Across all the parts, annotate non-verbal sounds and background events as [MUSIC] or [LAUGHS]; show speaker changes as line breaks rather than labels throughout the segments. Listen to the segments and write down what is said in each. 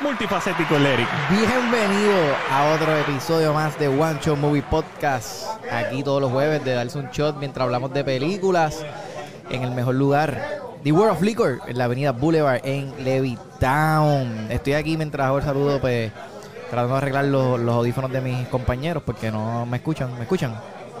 multifacético el Eric.
Bienvenido a otro episodio más de One Shot Movie Podcast. Aquí todos los jueves de darse un shot mientras hablamos de películas en el mejor lugar. The World of Liquor, en la avenida Boulevard en Levittown. Estoy aquí mientras hago el saludo, pues, tratando de arreglar los, los audífonos de mis compañeros porque no me escuchan. ¿Me escuchan?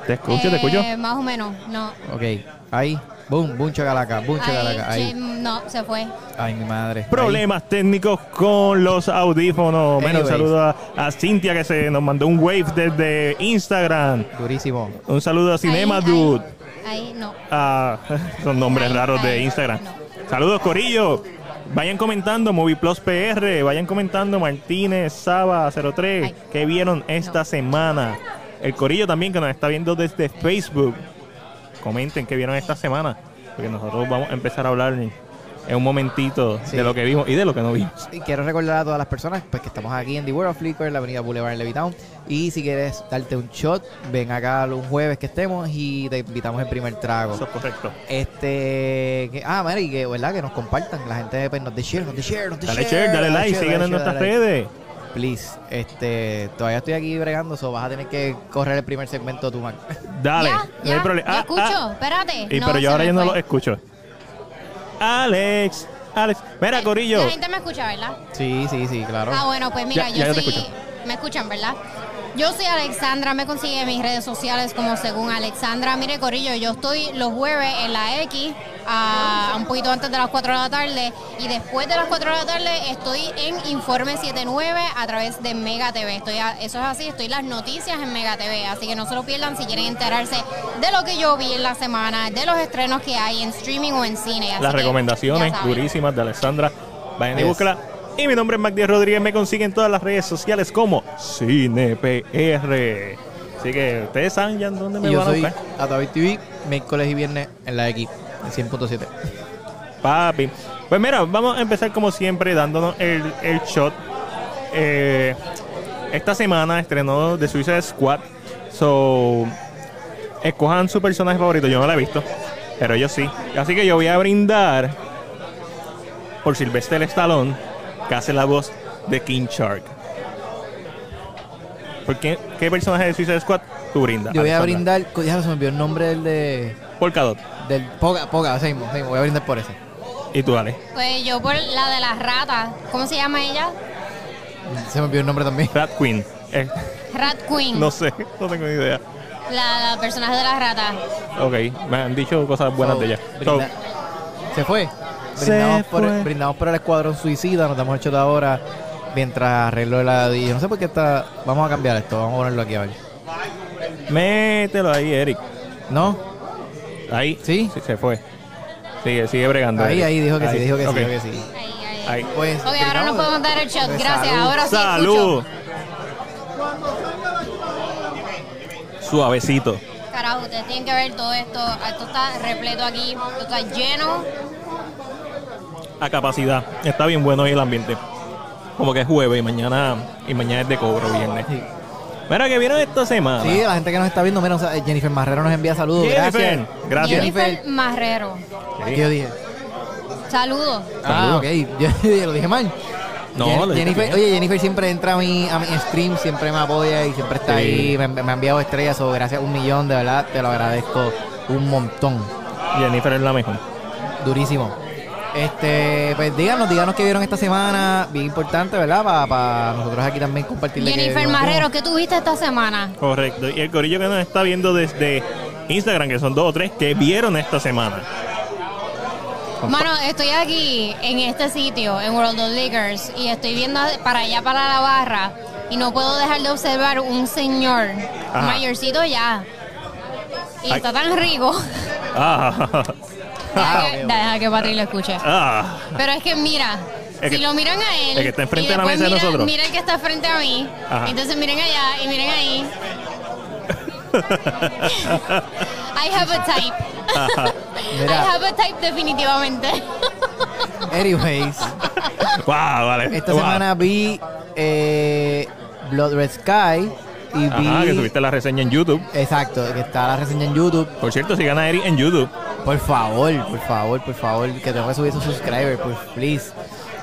Te escucho, te escucho.
Eh, Más o menos, no.
Ok, ahí. Boom, boom, chacalaca, boom,
Ahí,
chacalaca. Ahí.
sí, no, se fue.
Ay, mi madre. Ahí.
Problemas técnicos con los audífonos. Bueno, un
Anyways.
saludo a, a Cintia que se nos mandó un wave desde Instagram.
Durísimo.
Un saludo a Cinema
Ahí,
Dude.
Ahí, ahí, no.
Ah, son nombres
Ahí,
raros de
ahí,
Instagram.
no.
Saludos, Corillo. Vayan comentando, Moviplus PR. Vayan comentando, Martínez, Saba, 03.
Ay.
¿Qué vieron esta
No.
semana? El Corillo también que nos está viendo desde Facebook. Comenten qué vieron esta semana. Porque nosotros vamos a empezar a hablar en un momentito
Sí.
de lo que vimos y de lo que no vimos.
Y quiero recordar a todas las personas pues, que estamos aquí en The World of Liquor, en la avenida Boulevard en Levittown. Y si quieres darte un shot, ven acá un jueves que estemos y te invitamos el primer trago.
Eso es correcto.
Este. que- ah, Mary, que verdad que nos compartan. La gente pues, nos de share, nos de share, nos de
Dale share, dale like,
share,
síguenos en
dale share,
nuestras
dale like.
redes.
Please, este, todavía estoy aquí bregando, so vas a tener que correr el primer segmento tú, Mac.
Dale,
Ya,
no hay
ya,
problema.
yo
Ah,
escucho,
ah.
espérate.
Y
No,
pero
se
yo ahora
me
yo no
fue.
lo escucho. Alex, Alex. Mira, Corillo.
Eh, La gente me escucha, ¿verdad?
[LAUGHS] Sí, sí, sí, claro.
Ah, bueno, pues mira,
Ya,
yo
ya yo te
soy...
escucho.
Me escuchan, ¿verdad? Yo soy Alexandra, me consigue en mis redes sociales como según Alexandra. Mire, Corillo, yo estoy los jueves en la X, a un poquito antes de las 4 de la tarde, y después de las 4 de la tarde estoy en Informe 79 a través de Mega TV. Estoy a- eso es así, estoy las noticias en Mega TV, así que no se lo pierdan si quieren enterarse de lo que yo vi en la semana, de los estrenos que hay en streaming o en cine. así
las
que,
recomendaciones
ya saben.
durísimas de Alexandra. Vayan y
Yes.
búscala. Y mi nombre es Mac Díaz Rodríguez. Me consiguen en todas las redes sociales como CinePR. Así que ustedes saben ya en dónde me
Y yo
van a
soy
buscar.
Atavi TV, miércoles y viernes en la X, en 100.7.
Papi. Pues mira, vamos a empezar como siempre dándonos el, el shot. Eh, esta semana estrenó The Suicide Squad. So, escojan su personaje favorito. Yo no la he visto, pero yo sí. Así que yo voy a brindar por Sylvester Stallone, que hace la voz de King Shark. ¿Por qué, ¿Qué personaje de Suicide Squad tú brindas?
Yo voy a
Alexandra?
brindar, co- ya se me olvidó el nombre del de.
Polka Dot.
Del Poga, Poga, ese mismo, ese mismo, voy a brindar por ese.
¿Y tú, Ale?
Pues yo por la de las ratas. ¿Cómo se llama ella?
Se me olvidó el nombre también.
Rat Queen. Eh,
Rat Queen.
no sé, [LAUGHS] no tengo ni idea.
La, la personaje de las ratas.
Ok, me han dicho cosas buenas
So,
de ella. So,
brinda- se fue.
Se
Brindamos, por,
fue.
brindamos por el escuadrón suicida, nos damos el shot ahora mientras arreglo el ladillo. No sé por qué está. Vamos a cambiar esto, vamos a ponerlo aquí a ver.
mételo ahí, Eric.
¿No?
Ahí.
¿Sí?
se fue. Sigue, sigue bregando.
Ahí,
Eric.
ahí dijo que sí, dijo que
Ok.
sí, dijo que sí.
Ahí, ahí.
Ahí.
Pues,
Ok, ahora nos
brindamos.
podemos dar el shot.
De
Gracias.
salud.
Ahora sí.
Salud. Suavecito.
escucho. Carajo, ustedes tienen que ver todo esto. Esto está repleto aquí. Esto está lleno.
A capacidad. Está bien bueno hoy el ambiente. Como que es jueves y mañana, y mañana es de cobro, viernes.
Sí.
Mira que vieron esta semana.
Sí, la gente que nos está viendo, menos Jennifer Marrero nos envía saludos.
Jennifer, gracias.
Jennifer
Jennifer.
Marrero.
¿Qué yo dije?
Saludos.
Ah,
Saludos.
ok. [LAUGHS] Yo, lo dije mal.
No,
Jen-
lo dije
Jennifer,
bien.
Oye, Jennifer siempre entra a mi, a mi stream, siempre me apoya y siempre está
Sí.
ahí. Me, me ha enviado estrellas o gracias un millón, de verdad, te lo agradezco un montón.
Jennifer es la mejor.
Durísimo. Este, pues díganos, díganos qué vieron esta semana, bien importante, ¿verdad? Para nosotros aquí también compartirle. qué
Jennifer
vimos.
Marrero, ¿qué tuviste esta semana?
Correcto. Y el corillo que nos está viendo desde Instagram, que son dos o tres, que vieron esta semana.
Mano, estoy aquí en este sitio, en World of Liquors, y estoy viendo para allá, para la barra, y no puedo dejar de observar un señor,
Ajá.
mayorcito ya, y
Ay.
está tan rico. [LAUGHS]
Ah, [LAUGHS]
Deja
ok,
que,
ok.
deja que Patrick lo escuche.
ah. [LAUGHS]
Pero es que mira,
Es
si
que-
lo miran a él,
es que está enfrente
y
de la
después
mesa de
miran-
nosotros.
Miren que está frente a mí,
Ajá.
entonces miren allá y miren ahí. I have a type.
Mira.
I have a type definitivamente.
[LAUGHS] Anyways,
Wow, vale.
esta
Wow.
semana vi eh, Blood Red Sky y vi.
Ajá, que subiste la reseña en YouTube.
Exacto, que está la reseña en YouTube.
Por cierto, sigan a Eric en YouTube.
Por favor, por favor, por favor, que tengo que subir esos subscribers, pues, please.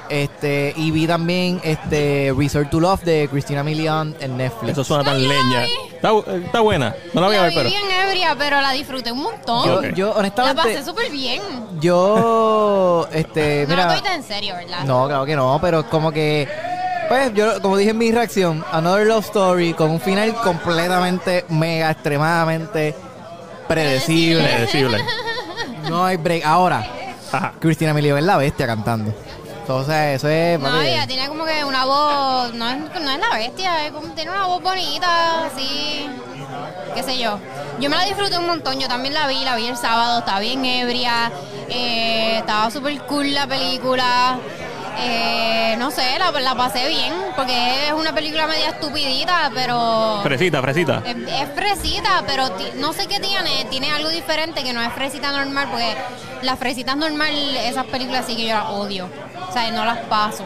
Este, y vi también este Resort to Love de Christina Milian en Netflix.
Eso suena tan leña. Está, bu- está buena. No la voy a
La
ver,
vi
pero.
bien ebria, pero la disfruté un montón.
yo,
Ok.
yo,
La
honestamente,
pasé súper bien.
yo, este,
No lo
mira,
estoy tan en serio, ¿verdad?
no, claro que no, pero como que, pues, yo, como dije en mi reacción, Another Love Story con un final completamente, mega, extremadamente predecible.
Predecible.
No hay break. Ahora,
Ajá.
Cristina Milian es la bestia cantando. Entonces, eso es.
No,
papi,
ella tiene como que una voz, no es, no es la bestia, es como- tiene una voz bonita, así, qué sé yo. Yo me la disfruté un montón, yo también la vi, la vi el sábado, estaba bien ebria, eh, estaba súper cool la película, eh, no sé, la, la pasé bien, porque es una película media estupidita, pero...
Fresita, fresita.
Es, es fresita, pero ti- no sé qué tiene. Tiene algo diferente que no es fresita normal, porque las fresitas normal, esas películas sí que yo las odio. O sea, no las paso.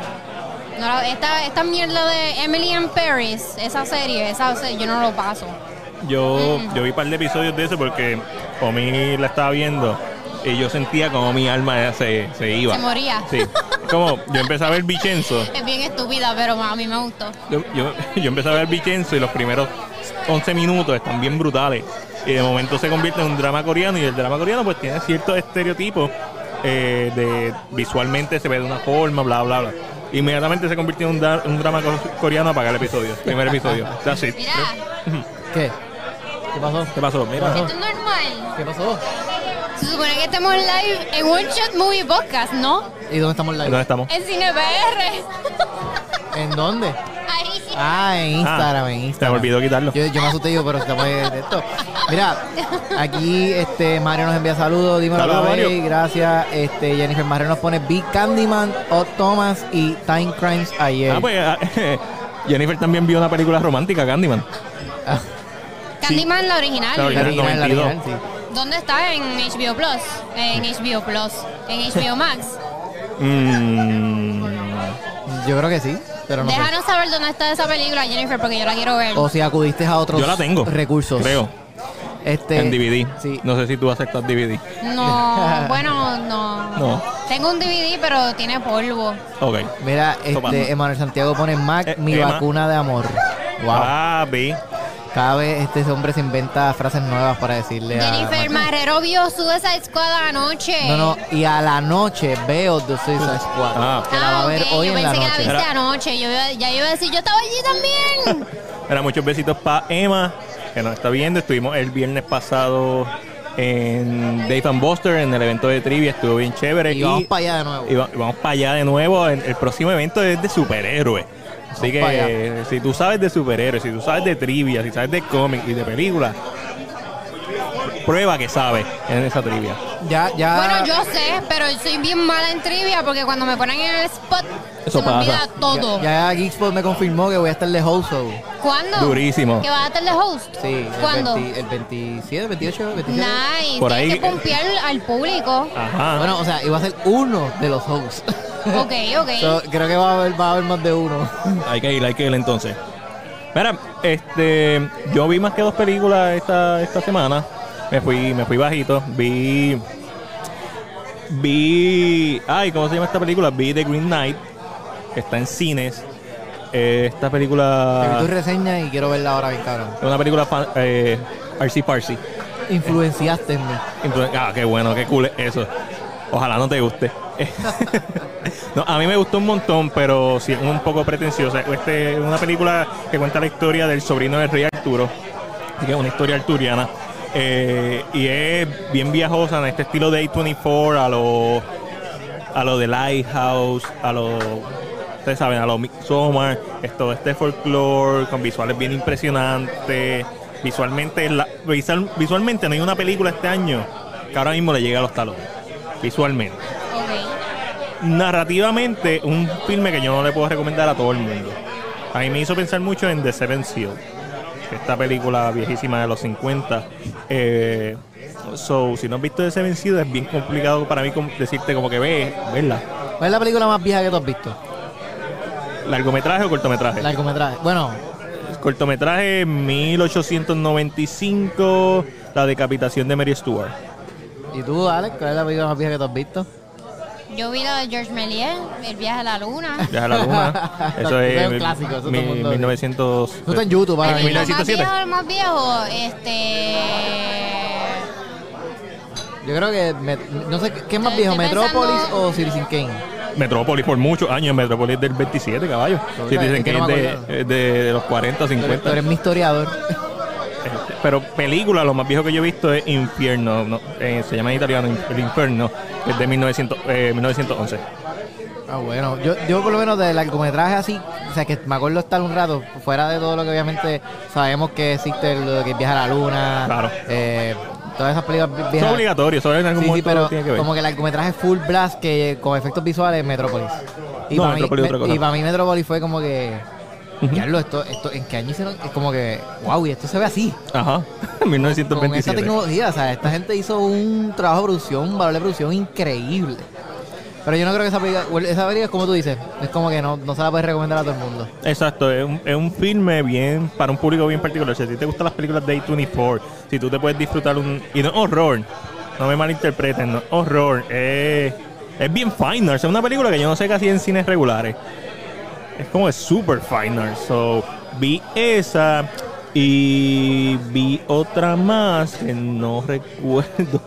No la- esta, esta mierda de Emily in Paris, esa serie, esa se- yo no lo paso.
Yo,
Mm.
yo vi un par de episodios de eso porque Omi la estaba viendo y yo sentía como mi alma se, se iba.
Se moría.
Sí. Como yo empecé a ver Vicenzo.
Es bien estúpida, pero a mí me gustó.
Yo, yo, yo empecé a ver Vicenzo y los primeros 11 minutos están bien brutales. Y de momento se convierte en un drama coreano y el drama coreano pues tiene ciertos estereotipos eh, de visualmente se ve de una forma, bla, bla, bla. Inmediatamente se convirtió en un, da- un drama co- coreano para el episodio, primer episodio. That's it.
Mira,
¿Qué? ¿Qué pasó?
¿Qué pasó? Mira.
esto es normal.
¿Qué pasó?
Se supone que estemos live en One Shot Movie Podcast, ¿no?
¿Y dónde estamos
¿Dónde
live?
estamos?
En CineBR.
¿En dónde?
Ahí.
Ah, en Instagram, en
Se me
Instagram.
olvidó quitarlo.
Yo, yo me asusté yo, pero estamos en esto. Mira, aquí este Mario nos envía saludos, dímelo
Saludos,
la
Mario.
Baby, gracias. Este Jennifer Mario nos pone Big Candyman, O Thomas y Time Crimes
Ah,
ayer.
pues ah, [LAUGHS] Jennifer también vio una película romántica, Candyman.
Ah,
Candyman, la original.
La
la
original,
original, la
92.
original, sí.
¿Dónde está? En HBO Plus. En HBO Plus. En HBO Max.
Mm,
Yo creo que sí, pero [LAUGHS] no Oh. sé.
Déjanos saber dónde está esa película, Jennifer, porque yo la quiero ver.
O si acudiste a otros
yo la tengo.
recursos.
Creo.
Este,
En DVD.
Sí.
No sé si tú aceptas DVD.
[LAUGHS]
No, bueno, no.
No.
Tengo un DVD, pero tiene polvo.
Ok.
Mira,
Topando.
este Emanuel Santiago pone Mac,
Eh,
mi
Emma. Ah.
vacuna de amor. Wow.
Papi.
Cada vez este hombre se inventa frases nuevas para decirle
Jennifer
a
Marrero vio Suicide Squad anoche.
No, no, y a la noche veo The Suicide Squad.
Ah.
Que la va a
Ah,
ver
ok,
hoy
yo
en la
pensé que
noche.
la viste
Era-
anoche. Yo iba- ya iba a decir, yo estaba allí
[LAUGHS]
también.
Era muchos besitos para Emma, que nos está viendo. Estuvimos el viernes pasado en Dave and Buster, en el evento de trivia. Estuvo bien chévere.
Y vamos para allá de nuevo.
y va- y vamos para allá de nuevo. El, el próximo evento es de superhéroes. Así
Vamos pa'
que
allá.
si tú sabes de superhéroes, si tú sabes de trivia, si sabes de cómic y de películas, prueba que sabes en esa trivia.
Ya, ya.
Bueno, yo sé, pero soy bien mala en trivia porque cuando me ponen en el spot
Eso
se me olvida
pasa.
todo.
Ya, ya Geekspot me confirmó que voy a estar de host show.
¿Cuándo?
Durísimo.
¿Que vas a estar de host?
Sí,
¿Cuándo?
El, 20 el 27, 28, 27.
Nice,
Por ahí-
tienes que pompear al público.
Ajá.
Bueno, o sea, iba a ser uno de los hosts.
Ok, ok.
So, creo que va a haber, va a haber más de uno.
Hay que ir, hay que ir entonces. Mira, este, yo vi más que dos películas esta, esta semana. Me fui, me fui bajito. Vi, vi, ay, ¿cómo se llama esta película? Vi The Green Knight, que está en cines. Eh, esta
Te vi tu
película
reseña y quiero verla ahora bien cabrón.
es una película fan- eh, RC Parsi.
Influenciaste en mí.
Influ- Ah, qué bueno, qué cool es eso. Ojalá no te guste. [LAUGHS] no, a mí me gustó un montón, pero sí es un poco pretenciosa. Este es una película que cuenta la historia del sobrino del rey Arturo, así que es una historia arturiana. Eh, y es bien viajosa en este estilo de A24 a los a lo de Lighthouse, a lo. Ustedes saben, a lo Midsommar, es todo este folclore con visuales bien impresionantes. Visualmente, la- visual- visualmente no hay una película este año que ahora mismo le llegue a los talones. Visualmente.
Ok.
Narrativamente, un filme que yo no le puedo recomendar a todo el mundo. A mí me hizo pensar mucho en The Seven Seal, esta película viejísima de los 50. Eh, so, si no has visto The Seven Seal, es bien complicado para mí como- decirte como que ve, verla.
¿Cuál es la película más vieja que tú has visto?
¿Largometraje o cortometraje?
Largometraje. Bueno,
cortometraje 1895, La decapitación de Mary Stewart.
¿y tú, Alex? ¿Cuál es la película más vieja que tú has visto?
Yo vi la de George Méliès, El viaje a la luna.
Viaja a la luna.
[LAUGHS] Eso
Eso
es
es.
un clásico, eso
mi-
todo el mundo-
1900.
Eso está Ah, en YouTube
Eh,
ahora
El
mismo.
más
1907.
viejo, el más viejo, este...
Yo creo que. me- no sé qué es más
Eh,
viejo,
Estoy
Metrópolis
pensando-
o Citizen Kane.
Metrópolis por muchos años. Metrópolis del 27, caballo. Si
Mira, es
dicen
que
que es
no me
de,
acordaba.
eh, de, de los 40,
Tú eres, tú
50.
eres mi historiador. [LAUGHS]
Este, Pero película, lo más viejo que yo he visto es Infierno. no, eh, se llama en italiano El Inferno. que Es de 1900, eh, 1911.
Ah, bueno. Yo, yo por lo menos del largometraje así, o sea, que me acuerdo estar un rato, fuera de todo lo que obviamente sabemos que existe, lo de que viaja a la luna.
Claro.
eh, todas esas películas
Eso es
viejas.
obligatorio. Eso en algún
Sí, sí,
momento
pero
tiene que ver.
como que el largometraje full blast que con efectos visuales Metrópolis.
No,
para mí,
Metrópolis es otra cosa.
y para mí Metrópolis fue como que diablo, esto, esto en qué año hicieron es como que wow, y esto se ve así.
Ajá. [LAUGHS]
Con esta
1927.
tecnología, o sea, esta gente hizo un trabajo de producción, un valor de producción increíble. Pero yo no creo que esa película, bueno, esa película es como tú dices, es como que no, no se la puedes recomendar a todo el mundo.
Exacto, es un, es un filme bien para un público bien particular. O sea, si te gustan las películas de A24, si tú te puedes disfrutar un. Y no es horror, no me malinterpreten, no es horror. eh, es bien fine arts, es una película que yo no sé casi en cines regulares. Es como de super fine arts. So, vi esa y vi otra más que no [LAUGHS] recuerdo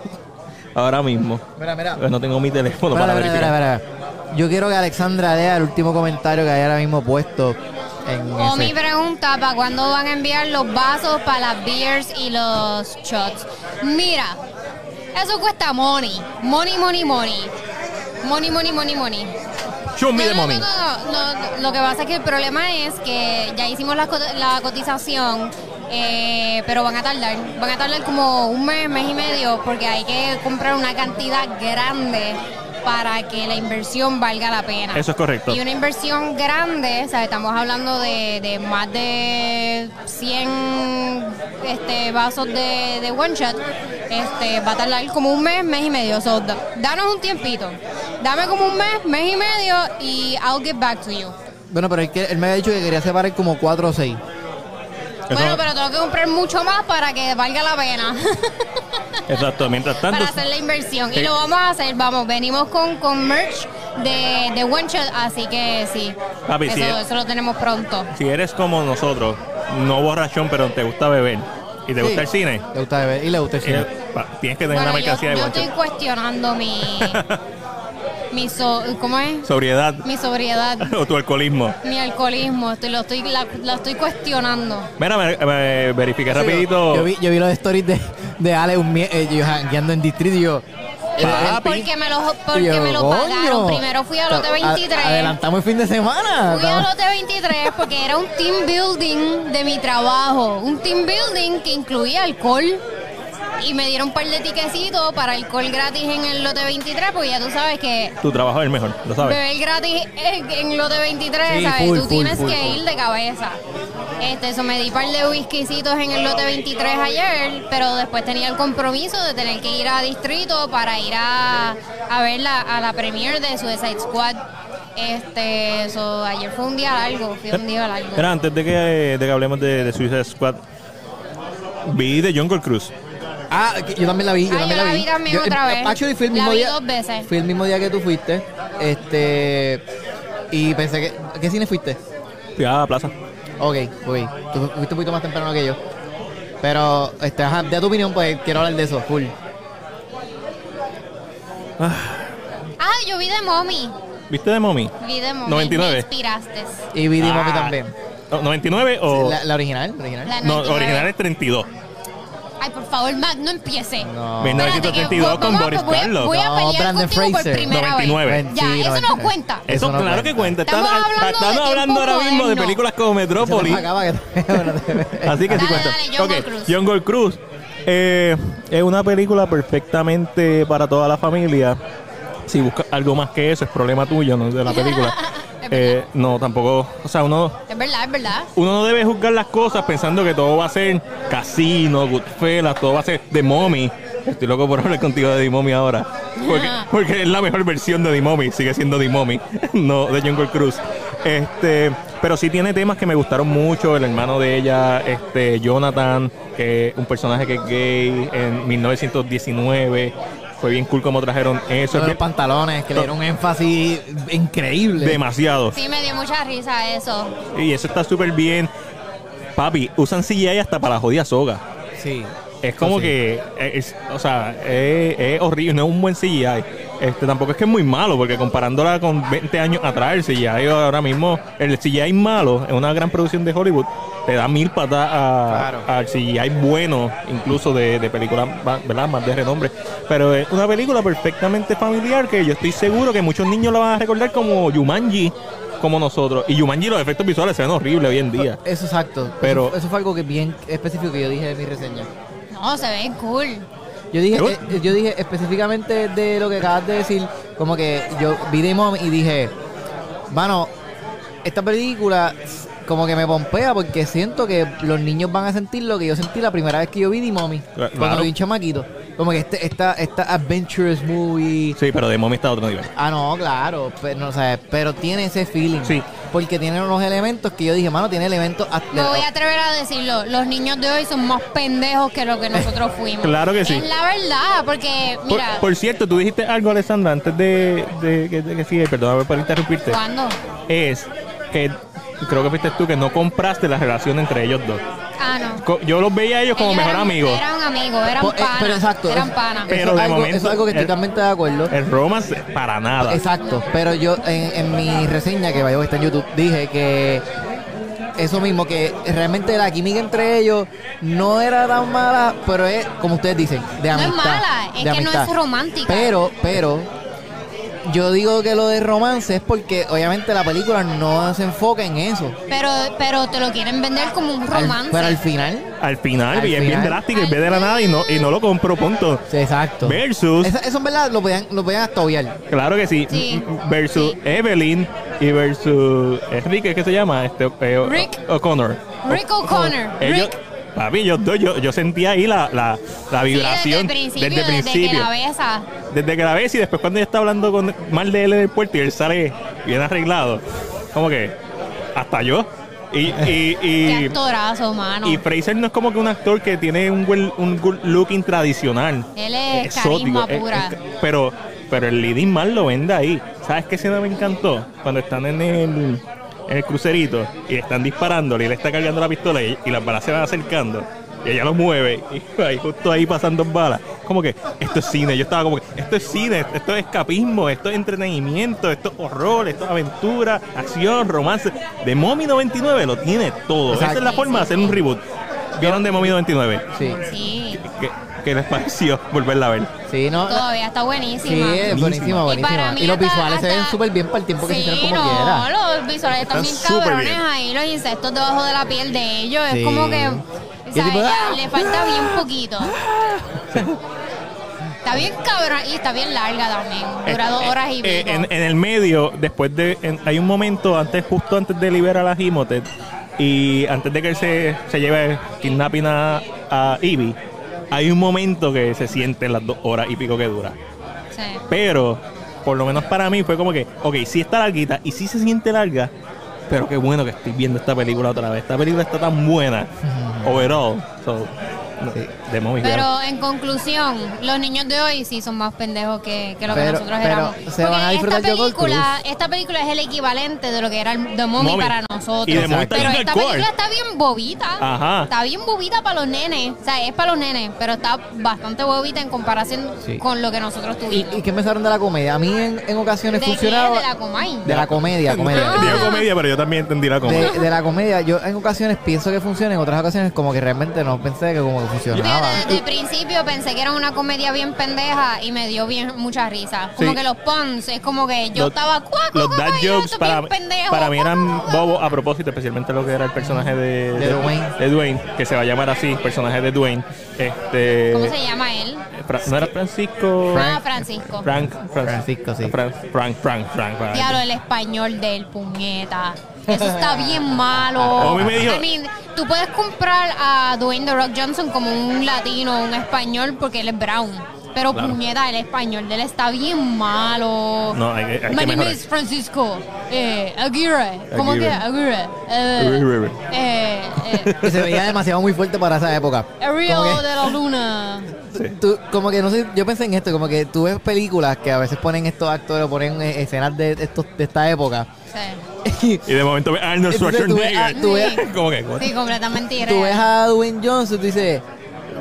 ahora mismo.
Mira, mira.
Pues No tengo mi teléfono para
Espera, espera,
verificar.
espera, espera. Yo quiero que Alexandra lea el último comentario que hay ahora mismo puesto en
O
ese.
Oh, mi pregunta, ¿para cuándo van a enviar los vasos para las beers y los shots? Mira, eso cuesta money. Money, money, money. Money, money, money, money.
Show me the
no, no,
money.
no, no, no, no. Lo que pasa es que el problema es que ya hicimos la, co- la cotización, eh, pero van a tardar. Van a tardar como un mes, mes y medio, porque hay que comprar una cantidad grande para que la inversión valga la pena.
Eso es correcto.
Y una inversión grande, o sea, estamos hablando de, de más de 100 este, vasos de, de one shot, este, va a tardar como un mes, mes y medio. So, da- danos un tiempito. Dame como un mes, mes y medio y I'll get back to you.
Bueno, pero es que él me había dicho que quería separar como 4 o 6.
Eso-
Bueno, pero tengo que comprar mucho más para que valga la pena. [LAUGHS]
Exacto, mientras tanto.
para hacer la inversión.
Sí.
Y lo vamos a hacer, vamos, venimos con, con merch de, de one shot, así que sí.
Papi, sí,
eso,
eh.
eso lo tenemos pronto.
Si eres como nosotros, no borrachón, pero te gusta beber y te
Sí.
gusta el cine,
Le gusta beber y le gusta el cine.
eh, pa- tienes que tener
Bueno,
una mercancía
yo,
de
yo
guancho.
estoy cuestionando mi
[LAUGHS]
mi so- ¿cómo es?
Sobriedad [LAUGHS]
Mi sobriedad,
o tu alcoholismo.
mi alcoholismo, estoy lo estoy la, la estoy cuestionando.
Mira, ver- eh, verifiqué rapidito.
Yo vi, yo vi los stories de, de Ale un mie- eh, yo jangueando en distrito y yo.
Papi.
Porque me lo
y
porque
yo,
me lo
"Coño".
pagaron. Primero fui al lote
A-
23.
adelantamos el fin de semana.
Fui al lote 23 porque era un team building de mi trabajo, un team building que incluía alcohol. Y me dieron un par de tiquecitos para alcohol gratis en el lote 23, porque ya tú sabes que
Tu trabajo es el mejor, lo sabes.
Beber gratis en, en lo de 23,
Sí,
¿sabes?
full,
Tú
full,
tienes
full,
que
full.
ir de cabeza. Este, eso me di par de whiskycitos en el lote 23 ayer, pero después tenía el compromiso de tener que ir a distrito para ir a, a ver la, a la premiere de Suicide Squad. Este, eso ayer fue un día largo, fue un día largo.
Mira, antes de que, de que hablemos de, de Suicide Squad, vi de Jungle Cruise.
Ah, que yo también la vi, yo
Ah,
también
yo
la
la
vi.
vi también otra vez.
Actually, fui el
La
mismo
vi
día.
dos veces.
Fui el mismo día que tú fuiste. Este. Y pensé que. ¿a ¿Qué cine fuiste?
Fui a la plaza.
Ok, fui. Tú fuiste un poquito más temprano que yo. Pero, este, ajá, de tu opinión, pues quiero hablar de eso, full.
Ah, yo vi de Mommy.
¿Viste de Mommy?
Vi de Mommy.
99.
Me inspiraste.
Y vi de Mommy
Ah. Oh.
también.
No, ¿99 o.?
La, la original, la original.
La
no,
99.
original es 32.
Ay, por favor, Mac, no empiece.
No.
Ven- 1932
Espérate que
con
vamos a-
Boris
voy a-
Karloff.
Voy a,
No,
pelear
Brandon
contigo
Fraser.
por primera
99.
vez. Ya,
Mentira,
eso no
mentira.
cuenta.
Eso
Eso,
no
claro
cuenta.
que cuenta.
Estamos hablando de
estamos
tiempos
hablando ahora mismo de
modernos.
películas como
Se te
Metrópolis.
acaba que [LAUGHS]
[LAUGHS]
te-
Así que sí
Dale,
cuenta.
dale, Jungle
Ok,
Cruise.
Jungle Cruise. Eh, es una película perfectamente para toda la familia. Si buscas algo más que eso, es problema tuyo, no
[LAUGHS]
de la película.
Es
Eh, no, tampoco. O sea, uno,
Es verdad, es verdad.
uno no debe juzgar las cosas pensando que todo va a ser casino, Goodfellas, todo va a ser The Mommy. Estoy loco por hablar contigo de The Mommy ahora. Porque, porque es la mejor versión de The Mommy, sigue siendo The Mommy, [LAUGHS] no de Jungle Cruise. Este, pero sí tiene temas que me gustaron mucho. El hermano de ella, este, Jonathan, que es un personaje que es gay en 1919. Fue bien cool como trajeron eso.
Lo
Es
de los
bien-
pantalones, que le dieron un énfasis increíble.
demasiado.
Sí, me dio mucha risa eso.
Y eso está súper bien. Papi, usan CGI hasta para la jodida soga.
Sí.
Es como
Sí.
que, eh, es- o sea, es, es horrible, no es un buen CGI. Este, tampoco es que es muy malo, porque comparándola con 20 años atrás, el CGI ahora mismo, el CGI malo en una gran producción de Hollywood te da mil patas a-
Claro.
al CGI bueno, incluso de, de películas va- ¿verdad? más de renombre. Pero es una película perfectamente familiar que yo estoy seguro que muchos niños la van a recordar como Yumanji, como nosotros. Y Yumanji, los efectos visuales se ven horribles hoy en día.
Eso exacto.
Pero-
eso, eso fue algo que bien específico que yo dije de mi reseña.
No, se ven cool.
Yo dije,
Yo-
eh, yo dije específicamente de lo que acabas de decir, como que yo vi The Mom y dije, mano, esta película s- como que me pompea porque siento que los niños van a sentir lo que yo sentí la primera vez que yo vi The Mommy,
Claro.
cuando vi un chamaquito. Como que este, esta, esta adventurous movie.
Sí, pero de momento está a otro nivel.
Ah, no, claro, pero, no, o sea, pero tiene ese feeling.
Sí.
Porque tiene unos elementos que yo dije, mano, tiene elementos... hasta- eh,
Me voy a atrever a decirlo, los niños de hoy son más pendejos que lo que
[LAUGHS]
nosotros fuimos.
Claro que sí.
Es la verdad, porque,
Por,
mira,
por cierto, tú dijiste algo, Alessandra, antes de, de que, de que sigue, perdóname por interrumpirte.
¿cuándo?
Es que creo que fuiste tú que no compraste la relación entre ellos dos.
Ah, no.
Co- Yo los veía a ellos como
Ellos
mejor
eran-
amigos. eh,
Eran amigos, eran
Po- eh,
panas.
pero exacto.
Eran
es-
panas.
Pero
eso es
de
algo-
momento-
eso es algo que estoy
el-
totalmente de acuerdo.
El romance, para nada.
Exacto, pero yo en, en mi reseña que vaya está en YouTube dije que eso mismo, que realmente la química entre ellos no era tan mala, pero es, como ustedes dicen, de
No es
amistad.
mala, es
de
que no
amistad.
es romántica.
Pero, pero, yo digo que lo de romance es porque obviamente la película no se enfoca en eso.
Pero, pero te lo quieren vender como un
Al-
romance.
pero al final,
Al final,
Al
bien, bien
final.
drástico,
Al
en vez de la nada y no, y no lo compro, punto.
sí, exacto.
Versus,
Esa- eso en verdad lo podían, lo podían hasta obviar.
claro que sí,
Sí.
m- m- versus
Sí.
Evelyn y versus Enrique, ¿qué se llama? Este, eh, o-
Rick.
O'Connor.
Rick O'Connor.
Oh, Ellos-
Rick.
Papi, yo, yo, yo sentía ahí la, la, la
Sí,
vibración
desde el principio, desde, que la besa.
desde que la ves y después cuando ella está hablando con mal de él en el puerto y él sale bien arreglado, como que hasta yo. Y, y,
[LAUGHS] Qué
y,
actorazo, mano.
y Fraser no es como que un actor que tiene un buen un good looking tradicional.
Él es Eh, carisma
es-
pura.
es- pero, pero el leading mal lo vende ahí. ¿Sabes qué escena me encantó? Cuando están en el, en el crucerito y le están disparándole y le está cargando la pistola y, y las balas se van acercando. Y ella lo mueve y [LAUGHS] ahí, justo ahí pasan dos balas. Como que esto es cine. Yo estaba como que esto es cine, esto es escapismo, esto es entretenimiento, esto es horror, esto es aventura, acción, romance. De Mommy 99 lo tiene todo. Esa es la
Exacto.
forma de hacer un reboot. ¿Vieron de Mommy 99?
Sí,
sí,
¿Qué, qué les [LAUGHS] pareció volverla a ver?
sí, no. la-
todavía está
Sí,
buenísima.
es buenísima,
Y
para
buenísima.
mí
Y, los
hasta-
visuales se ven
hasta-
súper bien para el tiempo que se hicieron
Sí,
como
no,
quiera.
los visuales están
Están
bien
súper
cabrones
bien.
ahí, los insectos debajo de la piel de ellos.
Sí.
Es como que.
Y
O sea,
tipo,
ella
¡ah!
le falta bien
[LAUGHS]
poquito. Está bien cabrón y está bien larga también. Dura dos
Eh,
horas y
eh,
pico.
en, en el medio, después de. en- hay un momento, antes justo antes de liberar a la Himotet y antes de que él se, se lleve kidnapping a, a Ivy, hay un momento que se sienten las dos horas y pico que dura.
Sí.
Pero, por lo menos para mí, fue como que, ok, sí está larguita y sí se siente larga, pero qué bueno que estoy viendo esta película otra vez. Esta película está tan buena, overall. So, no,
Sí.
de mommy, vean.
Pero en conclusión, los niños de hoy sí son más pendejos que, que lo que
Pero-
nosotros
pero
éramos.
se van a disfrutar de
esta
Gold
película, esta película es el equivalente de lo que era el The Mommy,
Mommy.
para
Y
nosotros.
The Mommy está
pero
bien
esta
hardcore.
película está bien bobita.
Ajá.
Está bien bobita para los nenes. O sea, es para los nenes, pero está bastante bobita en comparación
Sí.
con lo que nosotros
¿Y,
tuvimos.
y qué pensaron de la comedia? A mí en, en ocasiones
¿De qué?
funcionaba.
De la Comay.
de la comedia, comedia.
Ah.
Digo comedia, pero yo también entendí la comedia.
De, de la comedia, yo en ocasiones pienso que funciona, en otras ocasiones como que realmente no pensé que como que funcionaba.
Fíjate, desde el principio pensé que era una comedia bien pendeja y me dio bien mucha risa. Como
Sí.
que los puns, es como que yo
Los-
estaba cuaco,
Los dad jokes para, para mí eran bobos a propósito, especialmente lo que era el personaje de,
De Dwayne.
de Dwayne, que se va a llamar así, personaje de Dwayne. Este,
¿Cómo se llama él?
Fra- ¿No era Francisco?
Ah, Francisco.
Frank, Frank-
Francisco, sí.
Frank, Frank, Frank, Frank, Frank.
Diablo, el español del puñeta. Eso está bien malo.
Ah. A mí me dijo-
I mean, tú puedes comprar a Dwayne The Rock Johnson como un latino, un español, porque él es brown. Pero
Claro.
puñeta, el español de él está bien malo.
No, hay, hay que
My name
mejorar.
is Francisco eh, Aguirre. ¿Cómo
Aguirre.
que Aguirre? Eh,
Aguirre.
eh, eh,
Que se veía demasiado muy fuerte para esa época.
el río
Como que-
de la luna.
Tú- como que no sé, yo pensé en esto, como que tú ves películas que a veces ponen estos actores o ponen eh, escenas de, estos, de esta época. [LAUGHS]
Sí,
Y
Y de momento ve Arnold
Entonces tú ves a-
Schwarzenegger.
tú ves-
[LAUGHS] ¿Cómo que? what?
Ah, sí completamente
tú ves
irreal.
a Dwayne Johnson y tú dices,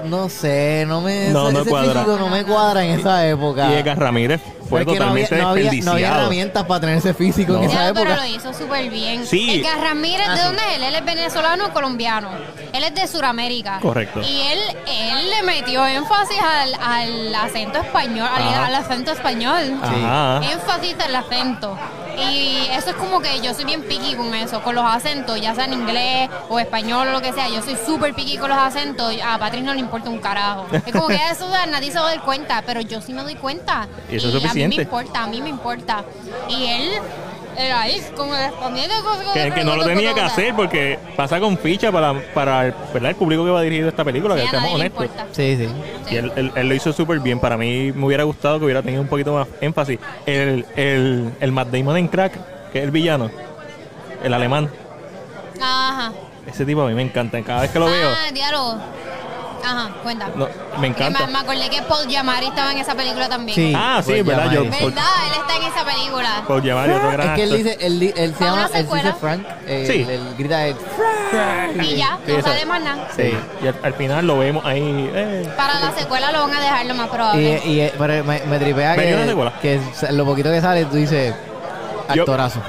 no sé, no me,
No, no cuadra.
físico no me cuadra en esa época.
Y Edgar Ramírez fue
Pero es que no había-
totalmente
no había, no había
desperdiciado.
herramientas para tener ese físico en
No.
esa
Ya, pero
época.
lo hizo súper bien.
Sí.
Edgar Ramírez, ¿de dónde es él? Él es venezolano o colombiano. Él es de Sudamérica.
Correcto.
Y él, él le metió énfasis al, al acento español, al,
Ajá.
al acento español.
Ajá.
Énfasis al acento. Y eso es como que yo soy bien piqui con eso, con los acentos, ya sea en inglés o español o lo que sea. Yo soy súper piqui con los acentos. A Patrick no le importa un carajo. Es como que
[LAUGHS]
eso o sea, nadie se va a dar cuenta, pero yo sí me doy cuenta.
Y eso es
A mí me
suficiente.
importa, a mí me importa. Y él era ahí, como respondiendo cosas
Que, que no lo tenía que hacer porque pasa con ficha para, para el, ¿verdad? el público que va dirigido esta película, que
Sí, a
estamos
nadie le
honestos.
importa.
Sí, sí.
Sí.
Y él, él- él lo hizo súper bien. Para mí me hubiera gustado que hubiera tenido un poquito más énfasis. El, el, el Matt Damon en Crack, que es el villano, el alemán.
Ajá.
Ese tipo a mí me encanta. Cada vez que lo veo,
Ah, diálogo. Ajá, cuenta.
no, me
Que me, me
encanta.
acordé que Paul Giamatti estaba en esa película también.
Sí.
Ah, sí,
Pues
¿verdad? Yo,
llama
por,
¿Verdad? Él está en esa película.
por llamar y otro gran
Es que él
actor.
dice, él, di- él se
Para
llama,
una
él se dice
secuela.
Frank, eh,
Sí.
él, él grita él,
Y ya,
Sí,
no
eso.
sale más nada.
Sí, y al, al final lo vemos ahí. eh.
Para la secuela lo van a dejar lo más
Y,
probable.
y- pero me, me tripea
Venía una
que,
secuela.
que sa- lo poquito que sale, tú dices,
Yo-
actorazo.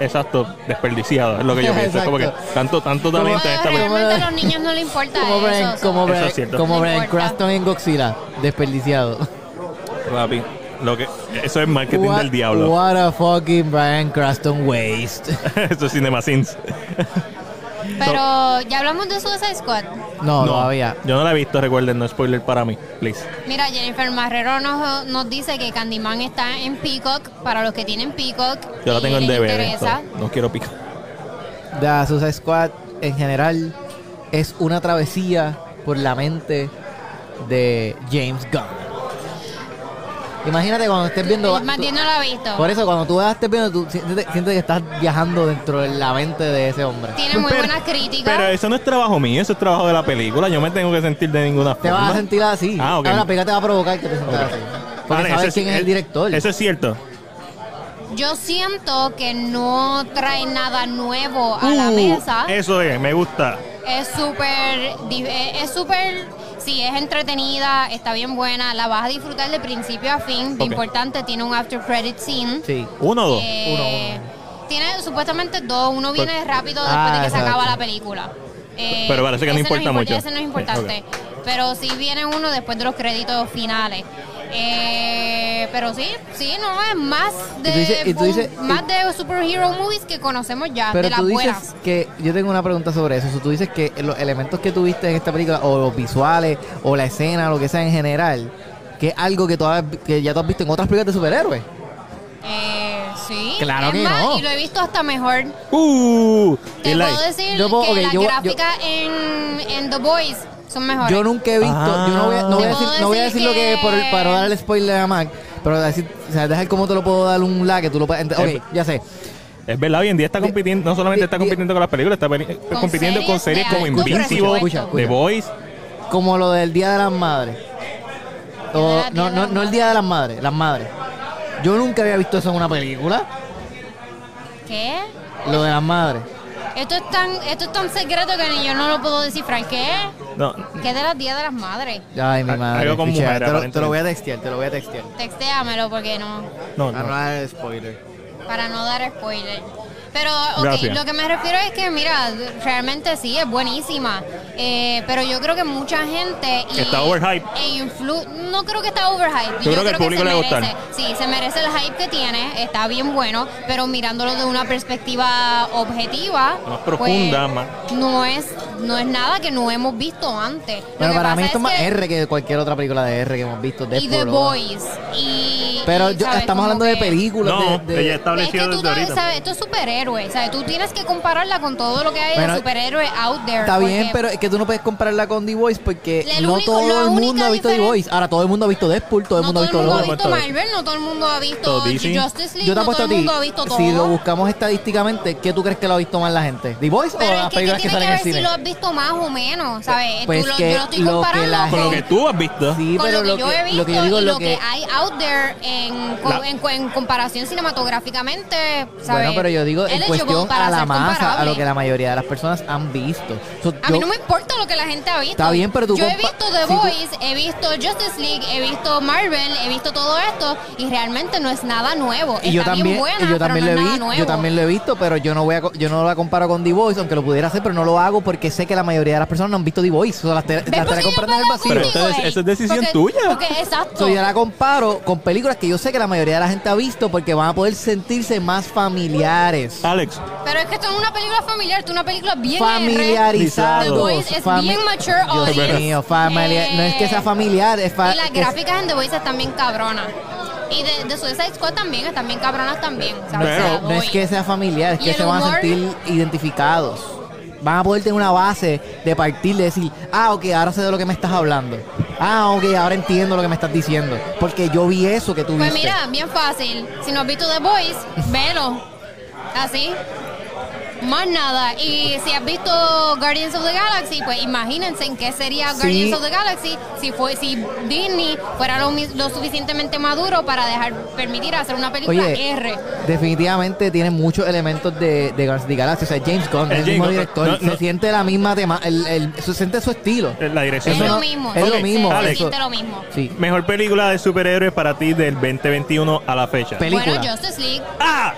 Exacto, desperdiciado, es lo que yo pienso. Es como que
Exacto.
tanto, tanto
Como-
talento en
Pero
esta película.
realmente a
como-
los niños no les importa
Como
eso.
Brian,
o sea.
como
Eso es
Bryan-
cierto.
como
No
Bryan
importa.
Cranston en Godzilla, desperdiciado.
Papi, lo que, eso es marketing
What-
del diablo.
What a fucking Bryan Cranston waste. [LAUGHS]
[LAUGHS] eso es CinemaSins.
Pero ya hablamos de Suicide Squad.
No, todavía.
Yo no la he visto, recuerden, no spoiler para mí, please.
Mira, Jennifer Marrero nos, nos dice que Candyman está en Peacock. Para los que tienen Peacock,
Yo la
y
tengo en
les
DVD,
interesa.
so, no quiero picar.
The Suicide Squad en general es una travesía por la mente de James Gunn. Imagínate cuando estés viendo.
Más
tú-
bien eh, no la ha visto.
Por eso, cuando tú la estés viendo, tú sientes, sientes que estás viajando dentro de la mente de ese hombre.
Tiene muy
Pero-
buenas críticas.
Pero eso no es trabajo mío, eso es trabajo de la película. Yo me tengo que sentir de ninguna
Te
forma.
vas a sentir así.
Ah, ok.
Ahora la pega te va a provocar que te sientas
Ok.
así. Porque
Vale, eso
sabes quién es el director.
Eso es cierto.
Yo siento que no trae nada nuevo a la
Uh,
mesa.
Eso es, me gusta.
Es súper, di- eh, es súper, sí, es entretenida, está bien buena, la vas a disfrutar de principio a fin. Lo
Ok.
importante, tiene un after credit scene.
Sí.
Uno o dos.
Eh, Tiene supuestamente dos, uno viene rápido después
Ah,
de que
exacto.
se acaba la película. Eh,
Pero parece que no
ese
importa
es
mucho.
Ese no es importante.
Sí,
Pero sí viene uno después de los créditos finales. Eh, pero sí, sí, no, es más de,
Y tú dices- y tú dices-
más de superhero movies que conocemos ya, Ah, de
Pero
las
tú dices
buenas.
que yo tengo una pregunta sobre eso. Si tú dices que los elementos que tuviste en esta película, o los visuales, o la escena, lo que sea en general, que es algo que, tú has- que ya tú has visto en otras películas de superhéroes.
Eh, sí.
Claro
Es
que
más,
no.
Y lo he visto hasta mejor.
Uh,
Te
y like.
puedo decir
Yo puedo-
que
ok,
las
yo- yo-
gráficas en, en The Boys son mejores.
Yo nunca he visto,
Ah.
yo no voy a, no voy a
Te
decir,
puedo
no voy a
decir
decir lo que es por-
que-
para no darle spoiler a Mac, pero decir, o sea, dejar cómo te lo puedo dar un la que tú lo puedas ent-
Eh,
Ok, ya sé.
Es verdad, hoy en día está compitiendo, no solamente está
di- di-
compitiendo con las películas, está peli- compitiendo con
series
series
de
como
alto
Invincible,
presupuesto.
The Voice.
Como lo del Día de las Madres. O-
Día de las
no, no, no el Día de las Madres, las Madres. Yo nunca había visto eso en una película,
¿Qué?
lo de las madres.
Esto es, tan, esto es tan secreto que ni yo no lo puedo descifrar. ¿Qué?
No,
¿Qué de las días de las madres?
Ay, mi
Al-
madre.
algo con
piché,
mujeres,
te, lo,
aparentemente.
te lo voy a textear, te lo voy a textear.
Textéamelo porque no.
no,
Para no
no.
dar spoiler.
Para no dar spoiler. Pero, ok,
Gracias.
lo que me refiero es que, mira, realmente sí, es buenísima. Eh, pero yo creo que mucha gente... y-
Está overhyped.
e influ- no creo que está overhyped.
Yo creo que al público
se
le va a gustar.
merece- Sí, se merece el hype que tiene, está bien bueno, pero mirándolo de una perspectiva objetiva... pues,
Más profunda, más-
No es no es nada que no hemos visto antes. Lo
Bueno,
que
para mí
pasa
esto es más
que-
R que cualquier otra película de R que hemos visto.
Y
Deadpool,
The
¿no?
Boys. Y,
Pero
y,
yo-
¿sabes?
estamos
Como
hablando de
que-
películas.
No,
de-
ella
de-
Es que
estableció desde
tú sabes,
ahorita. pues.
sabes, esto es superhéroe, ¿sabes? Tú tienes que compararla con todo lo que hay
Bueno,
de superhéroes out there.
Está bien,
porque-
pero es que tú no puedes compararla con The Voice porque
El
no
único- la
todo el mundo
única
ha visto The
diferen-
Voice. Ahora todo el mundo ha visto Deadpool, todo el
no
mundo ha visto
mundo
Logan.
ha visto Logan.
Marvel, no todo el mundo ha visto
Todo DC.
Justice League,
Yo te
no
apuesto
todo
a
el
ti,
mundo ha visto todo.
si lo buscamos estadísticamente, ¿qué tú crees que lo ha visto más la gente? ¿The Voice o
pero es
las
que, ¿qué
películas que,
tiene que
salen en
ver
el
si
cine?
lo has visto más o menos, ¿sabes?
Pues
Tú lo-
que
yo lo estoy
lo que
comparando
la
Con lo que tú has visto.
Sí,
con
pero
lo que yo he visto
lo que yo digo
y
es
lo que, hay out there en, co-
La-
en, co- en comparación cinematográficamente, ¿sabes?
Bueno, pero yo digo en
Eligible
cuestión
para
a la
ser
masa, a
comparable.
lo que la mayoría de las personas han visto. So,
A
yo-
mí no me importa lo que la gente ha visto.
Está bien, pero tú
Yo he
compa-
visto The
si tú-
Boys, he visto Justice League, he visto Marvel, he visto todo esto y realmente no es nada nuevo.
y yo
Está
también,
bien buena,
y yo
pero
también lo
no
he
es nada
visto, yo
nuevo.
también lo he visto, pero yo no voy a co- yo no la comparo con The Voice, aunque lo pudiera hacer, pero no lo hago porque sé que la mayoría de las personas no han visto The Voice, o sea, las te- las
¿Ves por
estaré
qué pues, yo
comprando en el
puedo
vacío.
Pero
contigo,
esa es-
eh?
esa es decisión
Porque-
tuya.
Porque exacto.
So, yo la comparo con películas que yo sé que la mayoría de la gente ha visto porque van a poder sentirse más familiares.
Alex,
Pero es que esto no es una película familiar, esto es una película Ah. bien R.
Familiarizados.
The Voice es bien mature
Dios
audience.
mío, familia-
Eh,
no es que sea familiar, es fa-
Y las
es-
gráficas en The Voice están bien cabronas. Y de, de Suicide Squad también están bien cabronas también. ¿sabes?
Pero-
Se las
No es
doy.
que sea familiar, es
Y
que
el
se van a
humor-
sentir identificados. Van a poder tener una base de partir, de decir, ah, ok, ahora sé de lo que me estás hablando. Ah, ok, ahora entiendo lo que me estás diciendo. Porque yo vi eso que tú
Pues
viste.
mira, bien fácil. Si no has visto The Boys, velo. Así. Más nada. Y si has visto Guardians of the Galaxy, pues imagínense en qué sería
Sí.
Guardians of the Galaxy si fue si Disney fuera lo, mis- lo suficientemente maduro para dejar permitir hacer una película
Oye,
R.
definitivamente tiene muchos elementos de, de Guardians of the Galaxy. O sea, James Gunn,
El
es el
James
mismo
Gunn.
director,
No, no.
se siente la misma tema, el, el- se siente su estilo.
eh, la dirección.
Es
eso
lo
no-
mismo.
es
sí,
lo
se-
mismo,
se
Alex.
siente lo mismo.
Sí.
Mejor película de superhéroes para ti del 2021 a la fecha.
Pe- Película.
Bueno, Justice League.
¡Ah!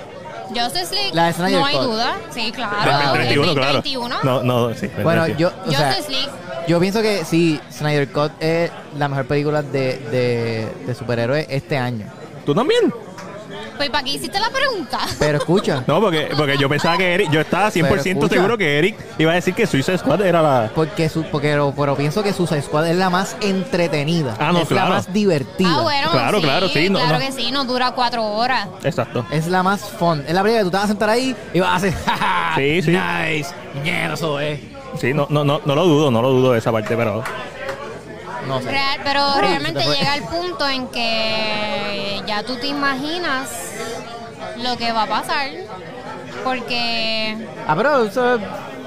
Justice League.
La de Snyder
No hay
Cut.
duda. Sí, claro.
Ah, ok.
2021, claro.
2021.
No, no, sí.
Bueno,
2021.
yo, o sea,
Justice League.
yo pienso que sí, Snyder Cut es la mejor película de, de, de superhéroes este año.
¿Tú también?
Pues para qué hiciste la pregunta.
[LAUGHS]
Pero escucha,
No, porque, porque yo pensaba que Eric, yo estaba 100%
escucha.
seguro que Eric iba a decir que Suicide Squad era la...
porque su, porque pero, pero pienso que Suicide Squad es la más entretenida,
Ah, no,
es
claro.
la más divertida.
Ah, bueno,
Claro,
sí,
claro, sí, no,
claro
no.
que sí, no dura cuatro horas.
Exacto.
Es la más fun. Es la primera que tú te vas a sentar ahí y vas a hacer [LAUGHS] "Ja, ja,
Sí, sí.
Nice. ñero, eso es.
Sí, no, no, no, no lo dudo, no lo dudo de esa parte, pero...
No sé.
Real- pero
Uy,
realmente
se te fue.
llega el punto en que ya tú te imaginas lo que va a pasar. Porque
Ah, pero eso-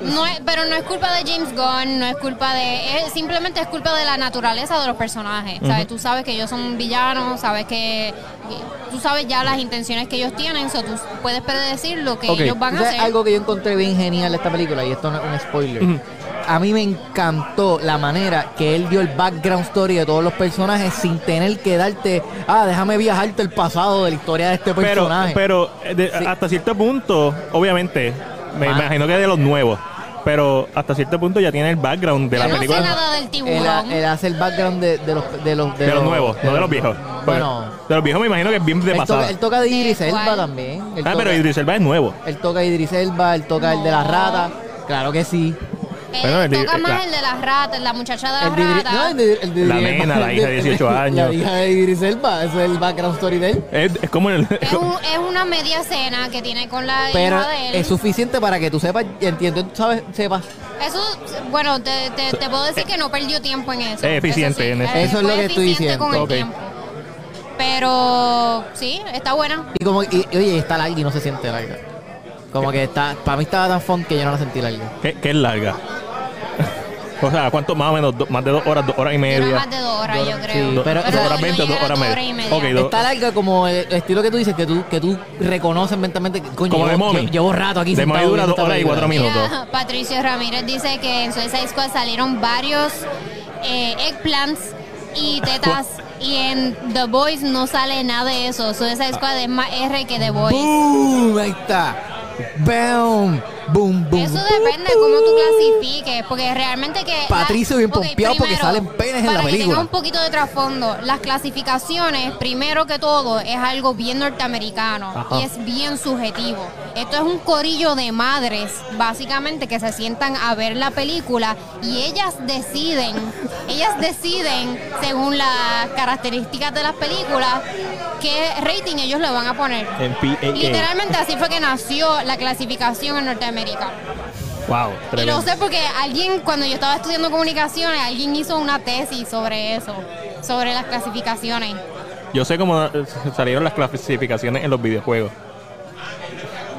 no es, pero no es culpa de James Gunn, no es culpa de, es- simplemente es culpa de la naturaleza de los personajes. ¿sabes? Tú sabes que ellos son villanos, sabes que tú sabes ya las intenciones que ellos tienen, o tú puedes predecir lo que
Ok.
ellos van
O sea,
a hacer.
Algo que yo encontré bien genial de esta película, y esto no es un spoiler. A mí me encantó la manera que él dio el background story de todos los personajes sin tener que darte, ah, déjame viajarte el pasado de la historia de este
Pero,
personaje.
pero eh, de-
Sí.
hasta cierto punto, obviamente, me
Ah.
imagino que de los nuevos, pero hasta cierto punto ya tiene el background de la
Yo no sé
película.
nada del
él,
tiburón.
él hace el background de, de los de los
de, los nuevos, no de los viejos. Porque
Bueno,
de los viejos me imagino que es bien de
él
pasada.
toca, él toca de Idris
Sí, igual.
Elba también. Él
ah,
toca,
pero Idris Elba es nuevo.
él toca Idris Elba, él toca el de la
No.
rata. Claro que sí.
Eh,
Bueno, el de-
toca
eh,
más
claro.
el de las ratas, la muchacha de
El
las
de Idris-
ratas.
no, el de- el de
La
Idris Elba,
nena, la hija de
el
18 años.
[LAUGHS] La hija de Idris Elba, ese es el background story de él.
Es, es como en el.
Es, un- es una media cena que tiene con la
Pero
hija de él.
es suficiente para que tú sepas, entiendo, tú sabes, sepas.
Eso, bueno, te, te- te puedo decir que no perdió tiempo en eso.
Es Eh, eficiente
eso,
en eso.
Eso es lo
fue
que estoy
eficiente
diciendo.
Con el
Ok.
tiempo. Pero sí, está buena.
Y como, y, y, oye, está larga y no se siente larga. Como que está, para mí estaba tan fun que yo no la sentí larga.
que, que es larga. [LAUGHS] o sea, ¿cuánto más o menos? Do- más de dos horas, dos horas y
Dura
media.
más de dos horas,
Dura-
yo creo.
sí, pero-
dos horas
no
veinte,
llega
dos
a
horas
dos
media.
horas y media.
Ok, dos-
Está larga como el estilo que tú dices, que tú, que tú reconoces mentalmente. que, Coño,
Como de
llevo,
mommy.
lle- llevo rato aquí
De mommy
sentado
dura
viendo
dos
esta
horas y
película.
cuatro minutos.
Mira,
minuto.
[LAUGHS] Patricio Ramírez dice que en Suicide Squad salieron varios eh, eggplants y tetas. y en The Boys no sale nada de eso. Suicide Squad es más R que The Boys.
¡Boom! Ahí está. ¡Boom! Boom, boom.
Eso depende de cómo tú clasifiques, porque realmente que... la-
Patricio bien
Ok,
pompeado porque salen penes en la
para que
película.
tengas un poquito de trasfondo, las clasificaciones, primero que todo, es algo bien norteamericano
Ajá.
y es bien subjetivo. Esto es un corillo de madres, básicamente, que se sientan a ver la película y ellas deciden, ellas deciden, según las características de las películas, qué rating ellos le van a poner.
En
eh,
PAA.
Literalmente así fue que nació la clasificación en Norteamérica.
Wow,
Y lo
tremendo.
sé porque alguien, cuando yo estaba estudiando comunicaciones, alguien hizo una tesis sobre eso, sobre las clasificaciones.
Yo sé cómo eh, salieron las clasificaciones en los videojuegos.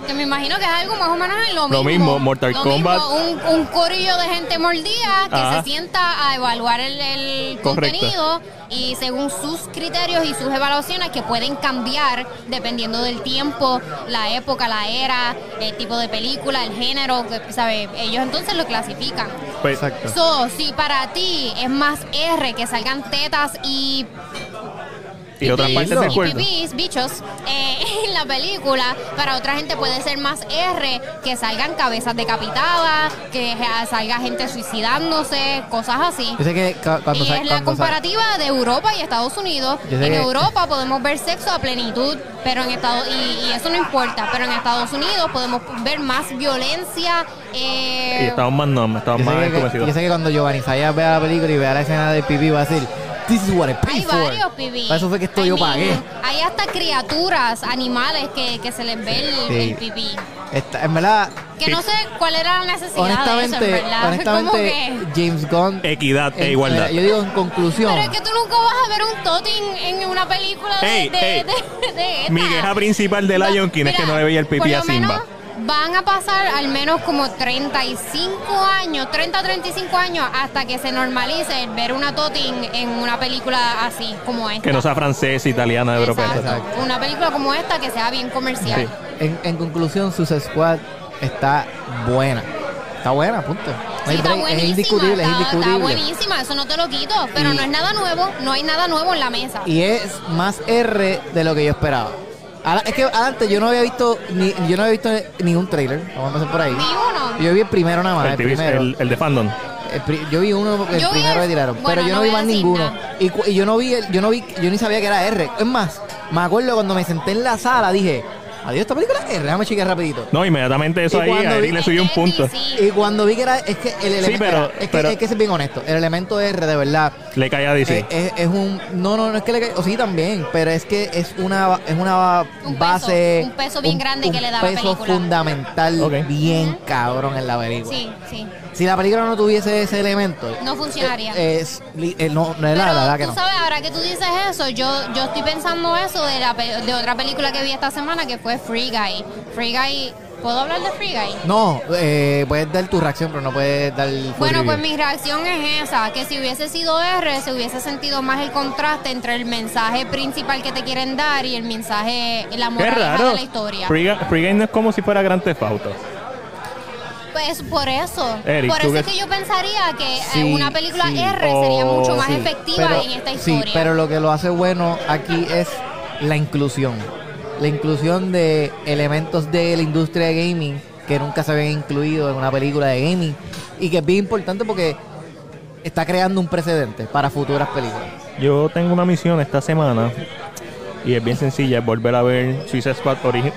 Que me imagino que es algo más o menos en lo mismo.
Lo mismo, Mortal
Lo
Kombat.
mismo, un, un corillo de gente mordida que
Ajá.
se sienta a evaluar el, el
Correcto.
contenido y según sus criterios y sus evaluaciones que pueden cambiar dependiendo del tiempo, la época, la era, el tipo de película, el género, que, ¿sabe? Ellos entonces lo clasifican.
Pues,
Exacto.
So, si para ti es más R que salgan tetas y
Y otras
pipís,
partes del
y
cuerpo.
pipís, bichos, eh, [LAUGHS] en la película, para otra gente puede ser más R que salgan cabezas decapitadas, que ja- salga gente suicidándose, cosas así.
Yo sé que ca- cuando
y
sa-
es la
cuando sa-
comparativa de Europa y Estados Unidos.
Yo sé
En
que-
Europa podemos ver sexo a plenitud, pero en Estados y, y eso no importa. Pero en Estados Unidos podemos ver más violencia. eh,
Y estaban más no, estaban
Yo sé,
más
que, yo
desconvencidos.
sé que cuando Giovanni Sayas vea la película y vea la escena del pipí va a decir This is what I paid
Hay
for.
varios pibis.
Para eso fue que esto
I
yo
mean,
pagué.
Hay hasta criaturas, animales que, que se les ve el,
Sí.
el pipí.
Esta- en verdad,
Que no sé cuál era la necesidad de eso,
honestamente,
en verdad. [LAUGHS]
honestamente,
¿Cómo que?
James Gunn.
Equidad
en-
e igualdad.
Yo digo en conclusión.
Pero es que tú nunca vas a ver un toting en una película de,
Ey,
de,
ey.
de- de esta.
Mi queja principal de Lion King es que
Mira,
no le veía el
por
pipí
lo
a Simba.
menos Van a pasar al menos como 35 años, 30 35 años, hasta que se normalice el ver una toting en una película así como esta.
Que no sea francesa, italiana, europea.
Exacto. Una película como esta que sea bien comercial.
Sí.
En, en conclusión, su Squad está buena. Está buena, punto. No
Sí,
hay
está
break,
buenísima,
es indiscutible, es
está- está
indiscutible.
buenísima, eso no te lo quito, pero
Y-
no es nada nuevo, no hay nada nuevo en la mesa.
Y es más R de lo que yo esperaba. Ahora- es que antes yo no había visto ni, yo no había visto ningún trailer. Vamos a empezar por ahí.
Ni uno.
Yo vi el primero nada más, el,
El, TV
primero.
el- el de fandom.
El pri- yo vi uno, el
Yo vi
primero
el-
que tiraron,
bueno,
pero yo no,
no
vi
voy a
más
decir
ninguno.
nada.
Y, cu- y yo no vi, el- yo no vi, yo ni sabía que era R. Es más, me acuerdo cuando me senté en la sala, dije, adiós, esta película es R, déjame chequear rapidito.
No, inmediatamente eso
Y
ahí,
cuando
a
vi-
Eric le subió un punto.
Y cuando vi que era, es que el elemento,
pero-
es, que,
pero-
es que ser bien honesto, el elemento R de verdad
Le cae a DC.
es, es- es un, no, no, no es que le, ca- o sí también, pero es que es una, es una
Un peso,
base,
un peso bien grande que le da
un
la
peso
película.
fundamental,
Ok.
bien cabrón en la película.
Sí, sí,
Si la película no tuviese ese elemento,
no funcionaría.
Es, li- eh, no, no es la
Pero
la verdad que
tú
no.
sabes, ahora que tú dices eso, yo, yo estoy pensando eso de, la, pe- de otra película que vi esta semana que fue Free Guy. Free Guy, ¿puedo hablar de Free Guy?
No, eh, puedes dar tu reacción, pero no puedes dar. full
Bueno, pues
review.
mi reacción es esa, que si hubiese sido R, se hubiese sentido más el contraste entre el mensaje principal que te quieren dar y el mensaje, la
Qué
moraleja
raro.
de la historia.
Free Guy- Free Guy no es como si fuera Grand Theft Auto.
Pues por eso.
Eric,
por
¿tú
eso
qué-
es que yo pensaría que eh,
Sí,
una película
sí.
R sería
Oh,
mucho más
Sí,
efectiva
pero-
en esta
Sí,
historia.
pero lo que lo hace bueno aquí es la inclusión. La inclusión de elementos de la industria de gaming que nunca se habían incluido en una película de gaming y que es bien importante porque está creando un precedente para futuras películas.
Yo tengo una misión esta semana y es bien sencilla, es volver a ver Suicide Squad origen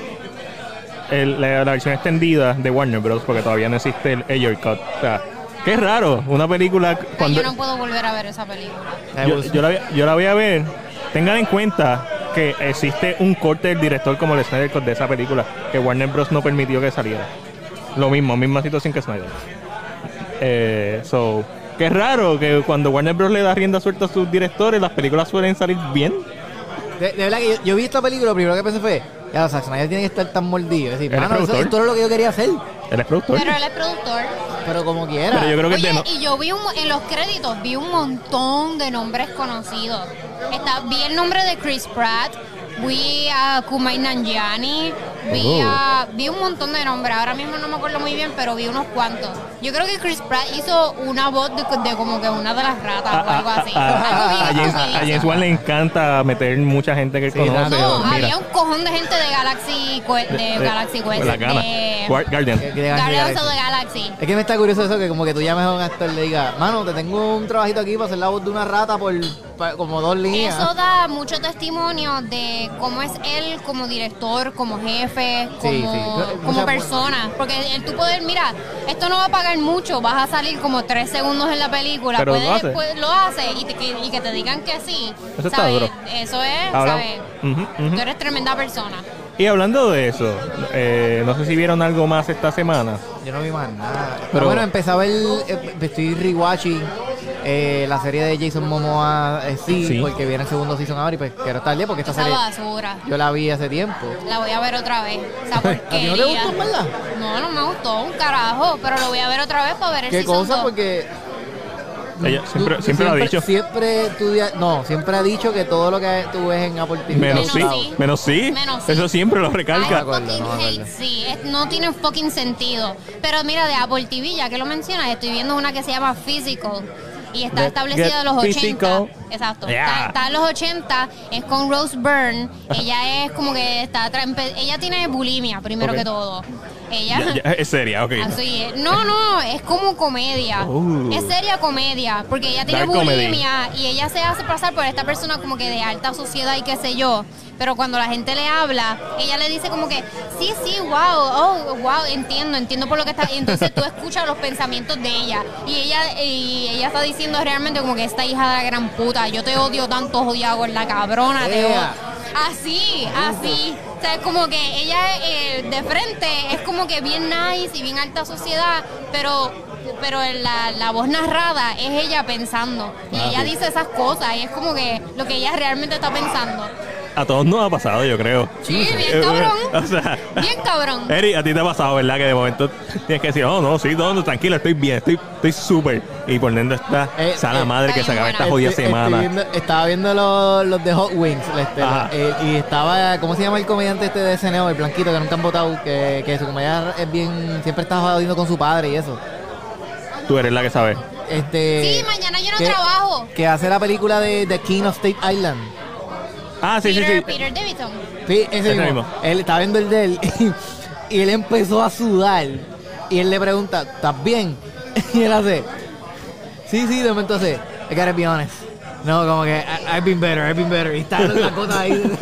el- la, la versión extendida de Warner Bros. porque todavía no existe el Ayer Cut. O sea, qué raro, una película
Ay,
cuando
Pues Yo no puedo volver a ver esa película.
yo, yo la, voy- yo la voy a ver. Tengan en cuenta que existe un corte del director como el Snyder Cut de esa película que Warner Bros. no permitió que saliera. Lo mismo, misma situación que Snyder. Eh, so, qué raro que cuando Warner Bros. le da rienda suelta a sus directores, las películas suelen salir bien.
De, de verdad que yo, yo vi esta película, lo primero que pensé fue, ya, Zack Snyder tiene que estar tan mordido. Es decir,
Él es
mano, eso-
productor.
esto era lo que yo quería hacer,
Él es productor.
Pero
Pero,
él es productor.
pero como quiera.
yo creo que es
Oye,
de no-
y yo vi un, en los créditos, vi un montón de nombres conocidos. Está, vi el nombre de Chris Pratt, vi a Kumai Nanjiani, Vi,
Oh.
a- vi un montón de nombres, ahora mismo no me acuerdo muy bien, pero vi unos cuantos. Yo creo que Chris Pratt hizo una voz de, de como que una de las ratas
Ah,
o algo así. Algo bien
a James- a
estupidísimo.
James Wan le encanta meter mucha gente que él
Sí,
conoce.
rápido.
o
No,
admira.
había un cojón de gente de Galaxy Quest, de,
De- de-
Galaxy eh, Quest,
de Eh, la gana.
de
Guard- Guardian.
Que- que-
Guardians of the Galaxy.
Es que me está curioso eso que como que tú llames a un actor y le digas, mano, te tengo un trabajito aquí para hacer la voz de una rata por pa- como dos líneas.
Eso da mucho testimonio de cómo es él como director, como jefe,
Sí, eh,
como,
sí.
como
Mucha-
persona. Porque el tu poder, mira, esto no va a pagar mucho, vas a salir como tres segundos en la película,
Pero lo
puedes-
hace.
pues, lo hace y, te- que, y que te digan que sí.
Eso está
¿sabes?
duro.
Eso es,
Habla-
¿sabes?
Ujú, ujú.
Tú eres tremenda persona.
Y hablando de eso, eh, no sé si vieron algo más esta semana.
Yo no vi más nada. Pero,
Pero-
bueno, empecé a ver, eh, estoy rewatching eh, la serie de Jason Momoa eh, sí,
Sí.
porque viene el segundo season ahora y pues quiero estar al día porque esta
Esa
serie
basura.
yo la vi hace tiempo.
La voy a ver otra vez.
[LAUGHS]
Esa
¿A ti no te
porquería.
gustó, verdad?
No, no me gustó un carajo, pero lo voy a ver otra vez para ver el
¿Qué
season
cosa?
dos.
Porque...
Ella siempre- siempre lo ha dicho.
Siempre tú di- no, siempre ha dicho que todo lo que tú ves en Apple TV
Menos
Menos
sí.
sí.
Menos sí.
Menos sí.
Eso siempre lo recalca.
No
Ay,
me acuerdo,
fucking
no me
hate,
acuerdo.
sí, es- no tiene fucking sentido. Pero mira, de Apple TV, ya que lo mencionas, estoy viendo una que se llama Physical. Y está
Get-
establecida en los
Get
80.
Physical.
Exacto.
Yeah.
Está, está en los 80, es con Rose Byrne. Ella es como que está. tra- empe- Ella tiene bulimia, primero
Ok.
que todo. Ella.
Ya- ya, es seria, ok.
Así es. No, no, es como comedia.
Oh.
Es seria comedia. Porque ella tiene
Dark comedy.
bulimia y ella se hace pasar por esta persona como que de alta sociedad y qué sé yo. Pero cuando la gente le habla, ella le dice como que, sí, sí, wow, oh, wow, entiendo, entiendo por lo que está. Y entonces tú [LAUGHS] escuchas los pensamientos de ella. Y ella y ella está diciendo realmente como que esta hija de la gran puta, yo te odio tanto, jodiago, la cabrona, te
Ea.
odio. Así, así. O sea, es como que ella eh, de frente es como que bien nice y bien alta sociedad, pero pero la, la voz narrada es ella pensando. Y
Ah,
ella
sí.
dice esas cosas y es como que lo que ella realmente está pensando.
A todos nos ha pasado, yo creo.
Sí,
Eh,
bien
[LAUGHS]
cabrón.
O sea, eh,
Bien cabrón.
Eri, a ti te ha pasado, ¿verdad? Que de momento tienes que decir, oh, no, sí, no, no, tranquilo, estoy bien, estoy estoy súper. y por dentro está,
Eh,
sana
eh,
madre
está
que
bien
se acaba
buena.
esta jodida
Estoy- estoy
semana.
viendo- estaba viendo los, los de Hot Wings la estela,
Ajá.
eh, y estaba, ¿cómo se llama el comediante este de SNL, el blanquito que nunca han votado? Que, que su comedia es bien, siempre está jodiendo con su padre y eso.
Tú eres la que sabe.
Este,
Sí, mañana yo no trabajo.
Que hace la película de The King of State Island.
Ah, sí, sí,
Peter,
sí.
Peter Davidson.
Sí, ese
Ese
mismo.
mismo.
Él estaba viendo el de él y él empezó a sudar. Y él le pregunta, ¿estás bien? [LAUGHS] Y él hace, sí, sí, de momento hace, I gotta be honest. No, como que, "I- I've been better, I've been better. Y está
[LAUGHS]
la cosa ahí.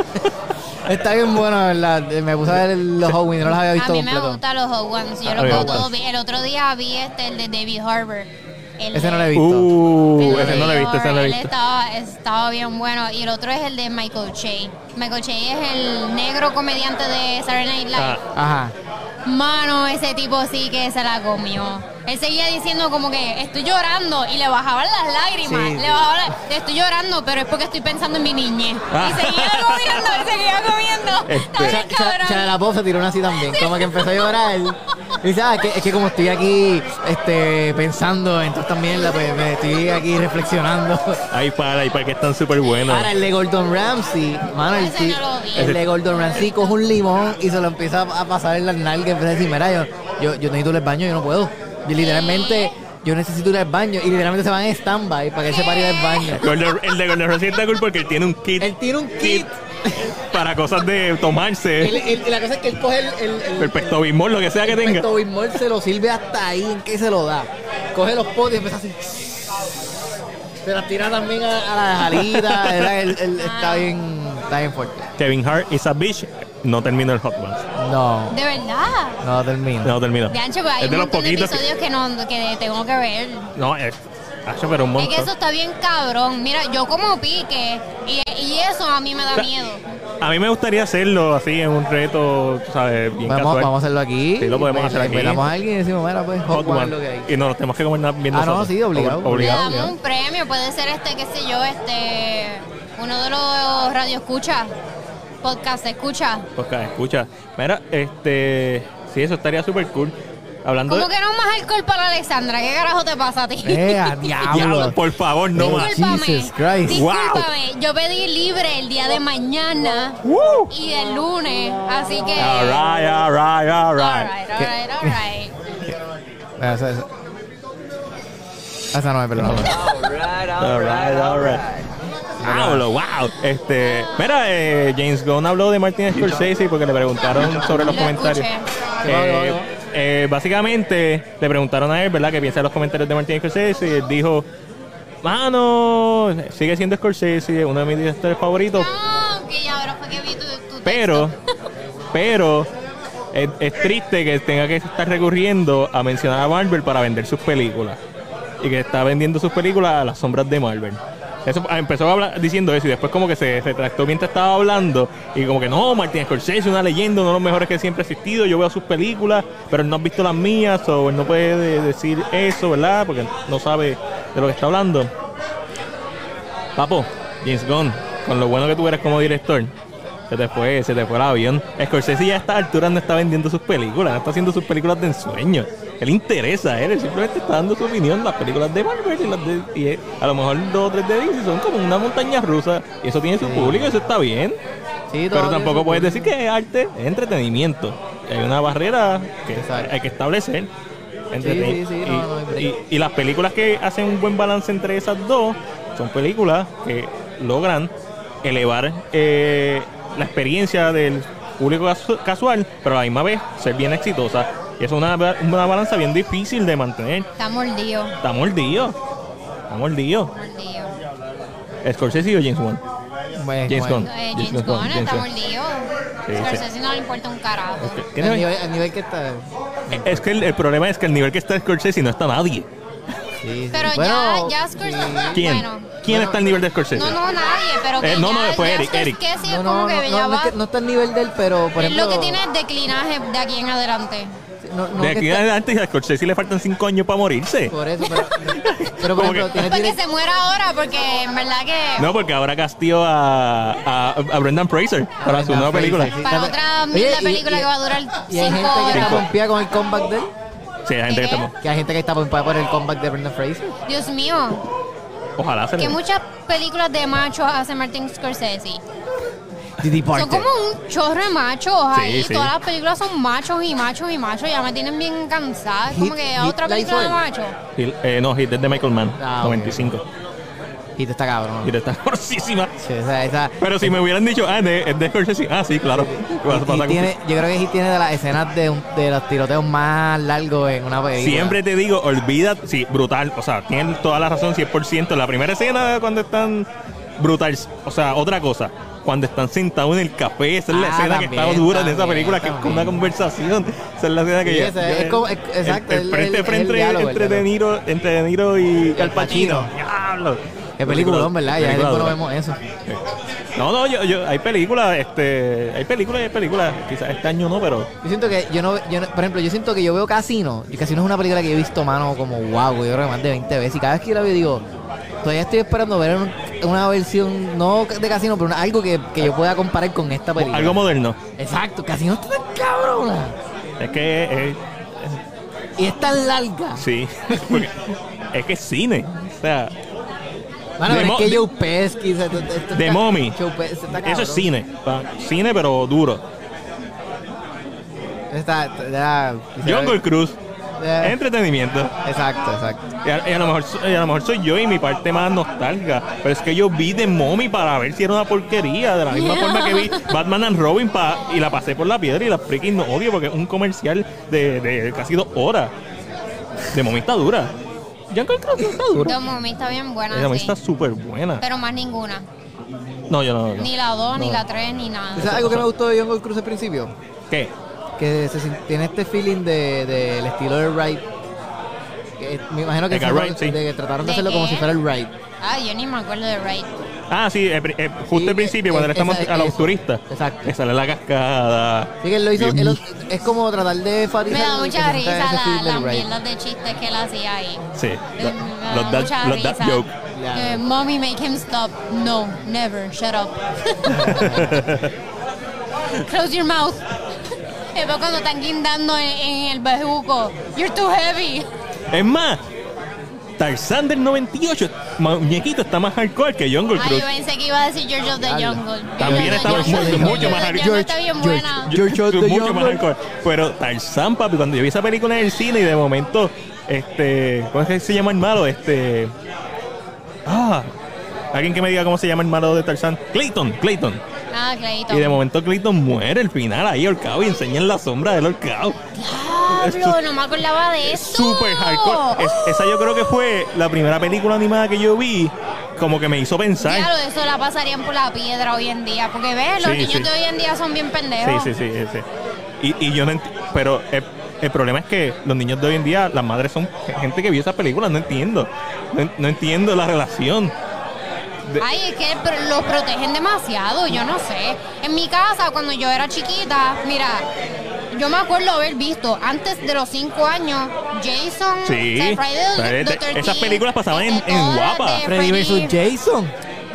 está bien bueno, la verdad. Me puse a ver los Halloween, no los había
A
visto
mí me
completo.
gustan los Hot Ones. Yo
Ah, bien,
los veo
Hot
todos
Ones.
bien. El otro día vi este, el de David Harbour. El
Ese no
de-
lo he visto.
Uh,
El
ese no lo he visto, ese no lo he
él
visto.
Estaba, estaba bien bueno. Y el otro es el de Michael Che. Michael Che es el negro comediante de Saturday Night Live.
Ah,
Ajá.
Mano, ese tipo sí que se la comió. Él seguía diciendo como que estoy llorando y le bajaban las lágrimas.
Sí, sí.
Le bajaban la- estoy llorando, pero es porque estoy pensando en mi niñez.
Ah. Este. [LAUGHS]
Y seguía comiendo, y seguía comiendo. Está bien,
Cha- Cha- Cha de
cabrón.
la Pop se tiró una así también, como que empezó a llorar. Y sabes, es que, es que como estoy aquí este, pensando en toda esta mierda, pues me estoy aquí reflexionando.
Ahí para, ahí para que están súper buenos.
Ahora el de Gordon Ramsay, mano, el,
Ese
ti-
no lo vi.
el de Gordon Ramsay coge un limón y se lo empieza a pasar en las nalgas. y Empieza a decir, mira, yo, yo, yo necesito ir al baño, yo no puedo. Yo literalmente, yo necesito ir al baño. Y literalmente se van en stand-by para que él se pare del baño.
Gordon- el de Gordon Ramsay está cool porque él tiene un kit
Él tiene un kit.
para cosas de tomarse.
Él- él- la cosa es que él coge el, el- el-
El Pepto Bismol, lo que sea que
El
tenga.
Pepto Bismol se lo sirve hasta ahí, ¿en qué se lo da? Coge los potes y empieza así. Se las tira también a, a la
[LAUGHS]
jalita. era el- el-
Ah.
está, bien, está bien fuerte.
Kevin Hart is a bitch. No termino el Hot Ones.
No,
De verdad.
no termino.
No termino.
De ancho, pues, hay
es
un
de los
montón de
poquitos.
episodios que, no, que tengo que ver.
que- No, es. Hacho, pero un
Es que
montón.
eso está bien cabrón. Mira, yo como pique y, y eso a mí me da
O sea,
miedo.
A mí me gustaría hacerlo así en un reto, tú sabes, bien
Vamos,
casual.
vamos a hacerlo aquí.
Sí, lo podemos hacer aquí.
Invitamos a alguien y decimos, mira, pues,
Hot
Hot One es
One.
lo que hay.
Y nos lo tenemos que comer na- bien
Ah, no,
nosotros.
sí, obligado.
Ob-
Le
Obligado.
damos un premio, puede ser este, qué sé yo, este, uno de los radio escucha, podcast escucha.
Oscar, escucha. Mira, este. Sí, eso estaría súper cool. Hablando
¿Cómo
de-
que no más alcohol para Alexandra? ¿Qué carajo te pasa a ti?
¡Eh,
[LAUGHS]
[LAUGHS]
a diablo!
Diablo, por favor, no más.
Discúlpame.
Jesus Christ.
Discúlpame. Yo pedí libre el día de mañana
Woo.
y el lunes. Así que.
All right, all right, all
all
right.
right, all right, all right.
Esa, esa. Esa no es, perdón.
All right, all right. Diablo, wow. Este, mira, eh, James Gunn habló de Martin Scorsese porque le preguntaron sobre los
Lo
comentarios.
escuché.
Eh, eh, básicamente le preguntaron a él, ¿verdad? ¿Qué piensa de los comentarios de Martin Scorsese? Y él dijo, mano, sigue siendo Scorsese, uno de mis directores favoritos,
No, que ya ahora fue que vi tu, tu texto.
pero, pero es, es triste que tenga que estar recurriendo a mencionar a Marvel para vender sus películas y que está vendiendo sus películas a las sombras de Marvel. Eso ah, empezó a hablar- diciendo eso y después como que se retractó mientras estaba hablando y como que no, Martin Scorsese, una leyenda, uno de los mejores que siempre ha existido, yo veo sus películas, pero él no ha visto las mías o él no puede decir eso, ¿verdad? Porque no sabe de lo que está hablando. Papo, James Gunn, con lo bueno que tú eres como director, se te fue, se te fue el avión. Scorsese ya a esta altura no está vendiendo sus películas, no está haciendo sus películas de ensueño. Él interesa, a él, él simplemente está dando su opinión. Las películas de Marvel y las de y, eh, a lo mejor dos o tres de Disney son como una montaña rusa. Y eso tiene su público, eso está bien.
Sí,
Pero
todo
tampoco
eso.
puedes decir que es arte, es entretenimiento. Hay una barrera que
Exacto.
hay que establecer. Entreten-
sí, sí,
y,
no, no hay break.
y- y las películas que hacen un buen balance entre esas dos son películas que logran elevar eh, la experiencia del público casu- casual, pero a la misma vez ser bien exitosas. Y es una, ba- una balanza bien difícil de mantener.
Está mordido.
Está mordido. Está mordido.
Mordido.
Scorsese o James Wan.
Bueno,
James
bueno.
Gunn.
Eh,
James Gunn,
James Gunn
James
está
Gunn.
mordido.
Sí, sí.
Scorsese no le importa un carajo.
Tiene-
Al nivel, al nivel que está.
Es que el, el problema es que el nivel que está Scorsese no está nadie.
Sí, sí.
Pero
Bueno,
ya, ya Scorsese.
¿Quién?
Bueno.
¿Quién
Bueno,
está al nivel de Scorsese?
No, no, nadie, pero que
Eh, no,
ya,
no, fue
ya
Eric,
Scorsese
Eric.
es
No,
como
no, no,
que
no,
ya
no es
va.
que- no está al nivel de él, pero por
Es
ejemplo.
lo que tiene es declinaje de aquí en adelante.
No,
de
no que
aquí en
está-
adelante a Scorsese le faltan cinco años para morirse.
Por eso,
[LAUGHS]
pero. pero por
Como
ejemplo,
que-
tiene
Porque
direct-
se muera ahora, porque en verdad que
No, porque ahora castió a, a, a Brendan Fraser para su
Brendan
nueva
Fraser,
película.
sí.
para
Dame-
otra mil
Oye,
de
y-
película
y-
que va a durar
Y hay
5
gente que
horas.
está confía con el comeback de él.
Sí, la gente que
¿Qué?
estamos.
Que hay gente que está pompeada por el comeback de Brendan Fraser.
Dios mío,
Ojalá se le.
que muchas películas de machos hace Martin Scorsese.
The
Son
Departed.
como un chorro de machos ahí.
sí.
Todas las películas son machos y machos y machos. Ya me tienen bien cansada. Es como
Hit-
que
Hit
otra película de
Life
machos.
Hill- eh, no, Hit es de Michael Mann,
Ah, ok.
95.
Y te está cabrón.
Hit está [LAUGHS] grosísima.
Sí, esa- esa-
Pero si me hubieran dicho, ah, es de, es de Scorsese. Ah, sí, claro. Vas a
Heat
pasar con-
tiene- yo creo que Heat tiene de las escenas de, un- de los tiroteos más largos en una película.
Siempre te digo, olvida, sí, brutal, o sea, tienen toda la razón, 100%. La primera escena cuando están brutal, o sea, otra cosa, cuando están sentados en el café, esa es la
Ah,
escena que
también,
está dura de esa
también,
película, que es
también.
una conversación, esa es la escena que
Sí,
yo-
esa es-
yo-
es como- es- exacto,
el,
es el-
frente a
el-
frente
el diálogo, el
entre, de Niro, entre De Niro y Al Pacino.
Pacino.
Diablo.
Es peliculón, ¿verdad? Ya
Película
después no
dura.
vemos eso.
No, no, yo, yo, hay películas, este, hay películas y hay películas, quizás este año no, pero
Yo siento que yo no, yo no- por ejemplo, yo siento que yo veo Casino, y Casino es una película que yo he visto, mano, como wow, yo creo que más de 20 veces, y cada vez que yo la veo digo, todavía estoy esperando ver un- una versión, no de Casino, pero una- algo que, que yo pueda comparar con esta película.
algo moderno.
Exacto, Casino está tan cabrona,
Es que eh,
y es tan larga.
Sí, [LAUGHS] porque es que es cine. O sea,
Mano,
De
pero
mo-
es que
de-
Joe Pesky, se- esto- esto
de
está-
mommy.
Joe Pesci está
eso
cabrón.
es cine. pa- Cine, pero duro.
Está, está-
Jungle Cruise,
Eh,
entretenimiento.
Exacto, exacto.
Y a, y a lo mejor, so- y a lo mejor soy yo y mi parte más nostálgica. Pero es que yo vi de Mommy para ver si era una porquería. De la
[LAUGHS]
misma forma que vi Batman and Robin pa- y la pasé por la piedra y la freaking no odio porque es un comercial de, de casi dos horas. De Mommy está dura. Jungle Cruise no está dura.
Dos Mommy está bien buena.
De Mommy
sí.
está súper buena.
Pero más ninguna.
No, yo no. yo no.
Ni la 2, ni
No.
la 3, ni nada.
¿Sabes algo que me gustó de Jungle Cruise al principio?
¿Qué?
que se sin- tiene este feeling de- del estilo del ride. Que me imagino que,
De que
hicieron-
Ride, sí.
de que trataron de
¿De
hacerlo como
qué?
si fuera el ride.
Ay, yo ni me acuerdo de Raid.
Ah, sí, eh, pri- eh, justo
Sí,
al principio,
eh,
cuando le estamos
esa-
a los
eso.
turistas.
Exacto.
Que sale la cascada.
Así que él lo hizo,
Bien.
él lo- es como tratar de
Me
enfatizar
da
el- que
mucha
se sienta
risa
ese
la,
feeling del
las
ride.
mierdas de chistes que él hacía ahí.
Sí.
Eh, me da
Los dad-
mucha
los dad
risa.
joke. [LAUGHS]
Claro.
Eh, Mommy, make him stop. No, [LAUGHS] [LAUGHS] never. Shut up. Close your mouth. Después cuando están guindando en, en el bejuco. You're too heavy.
Es más, Tarzán del 98, ma- muñequito, está más hardcore que Jungle
Ay,
Cruise.
yo pensé que iba a decir George of the
Habla.
Jungle.
También
George of the
estaba
Jungle.
mucho,
George
mucho
of
más
the
arriba.
Jungle está bien
George,
buena.
Yo-
George of
yo
the
mucho
Jungle.
más hardcore. Pero Tarzán, papi, cuando yo vi esa película en el cine y de momento, este, ¿cómo es que se llama el malo? Este, ah, alguien que me diga cómo se llama el malo de Tarzán. Clayton, Clayton.
Ah, Clayton.
Y de momento Clayton muere al final ahí ahorcado y enseñan la sombra del ahorcado.
Diablo, Ah, no me acordaba de eso.
Super hardcore. Es- esa yo creo que fue la primera película animada que yo vi, como que me hizo pensar.
Claro, eso la pasarían por la piedra hoy en día. Porque ves, los
Sí,
niños
sí.
de hoy en día son bien
Sí,
pendejos.
sí, sí, sí, sí. Y, y yo no enti- pero el, el problema es que los niños de hoy en día, las madres son gente que vio esas películas, no entiendo. No, en- no entiendo la relación. de-
Ay, es que pro- los protegen demasiado, yo no sé. En mi casa, cuando yo era chiquita, mira, yo me acuerdo haber visto antes de los 5 años Jason,
Sí.
o sea, Friday the-
Friday
the
the-
13th,
esas películas pasaban en-
este,
en
todas las
Guapa.
de
Freddy vs. Jason.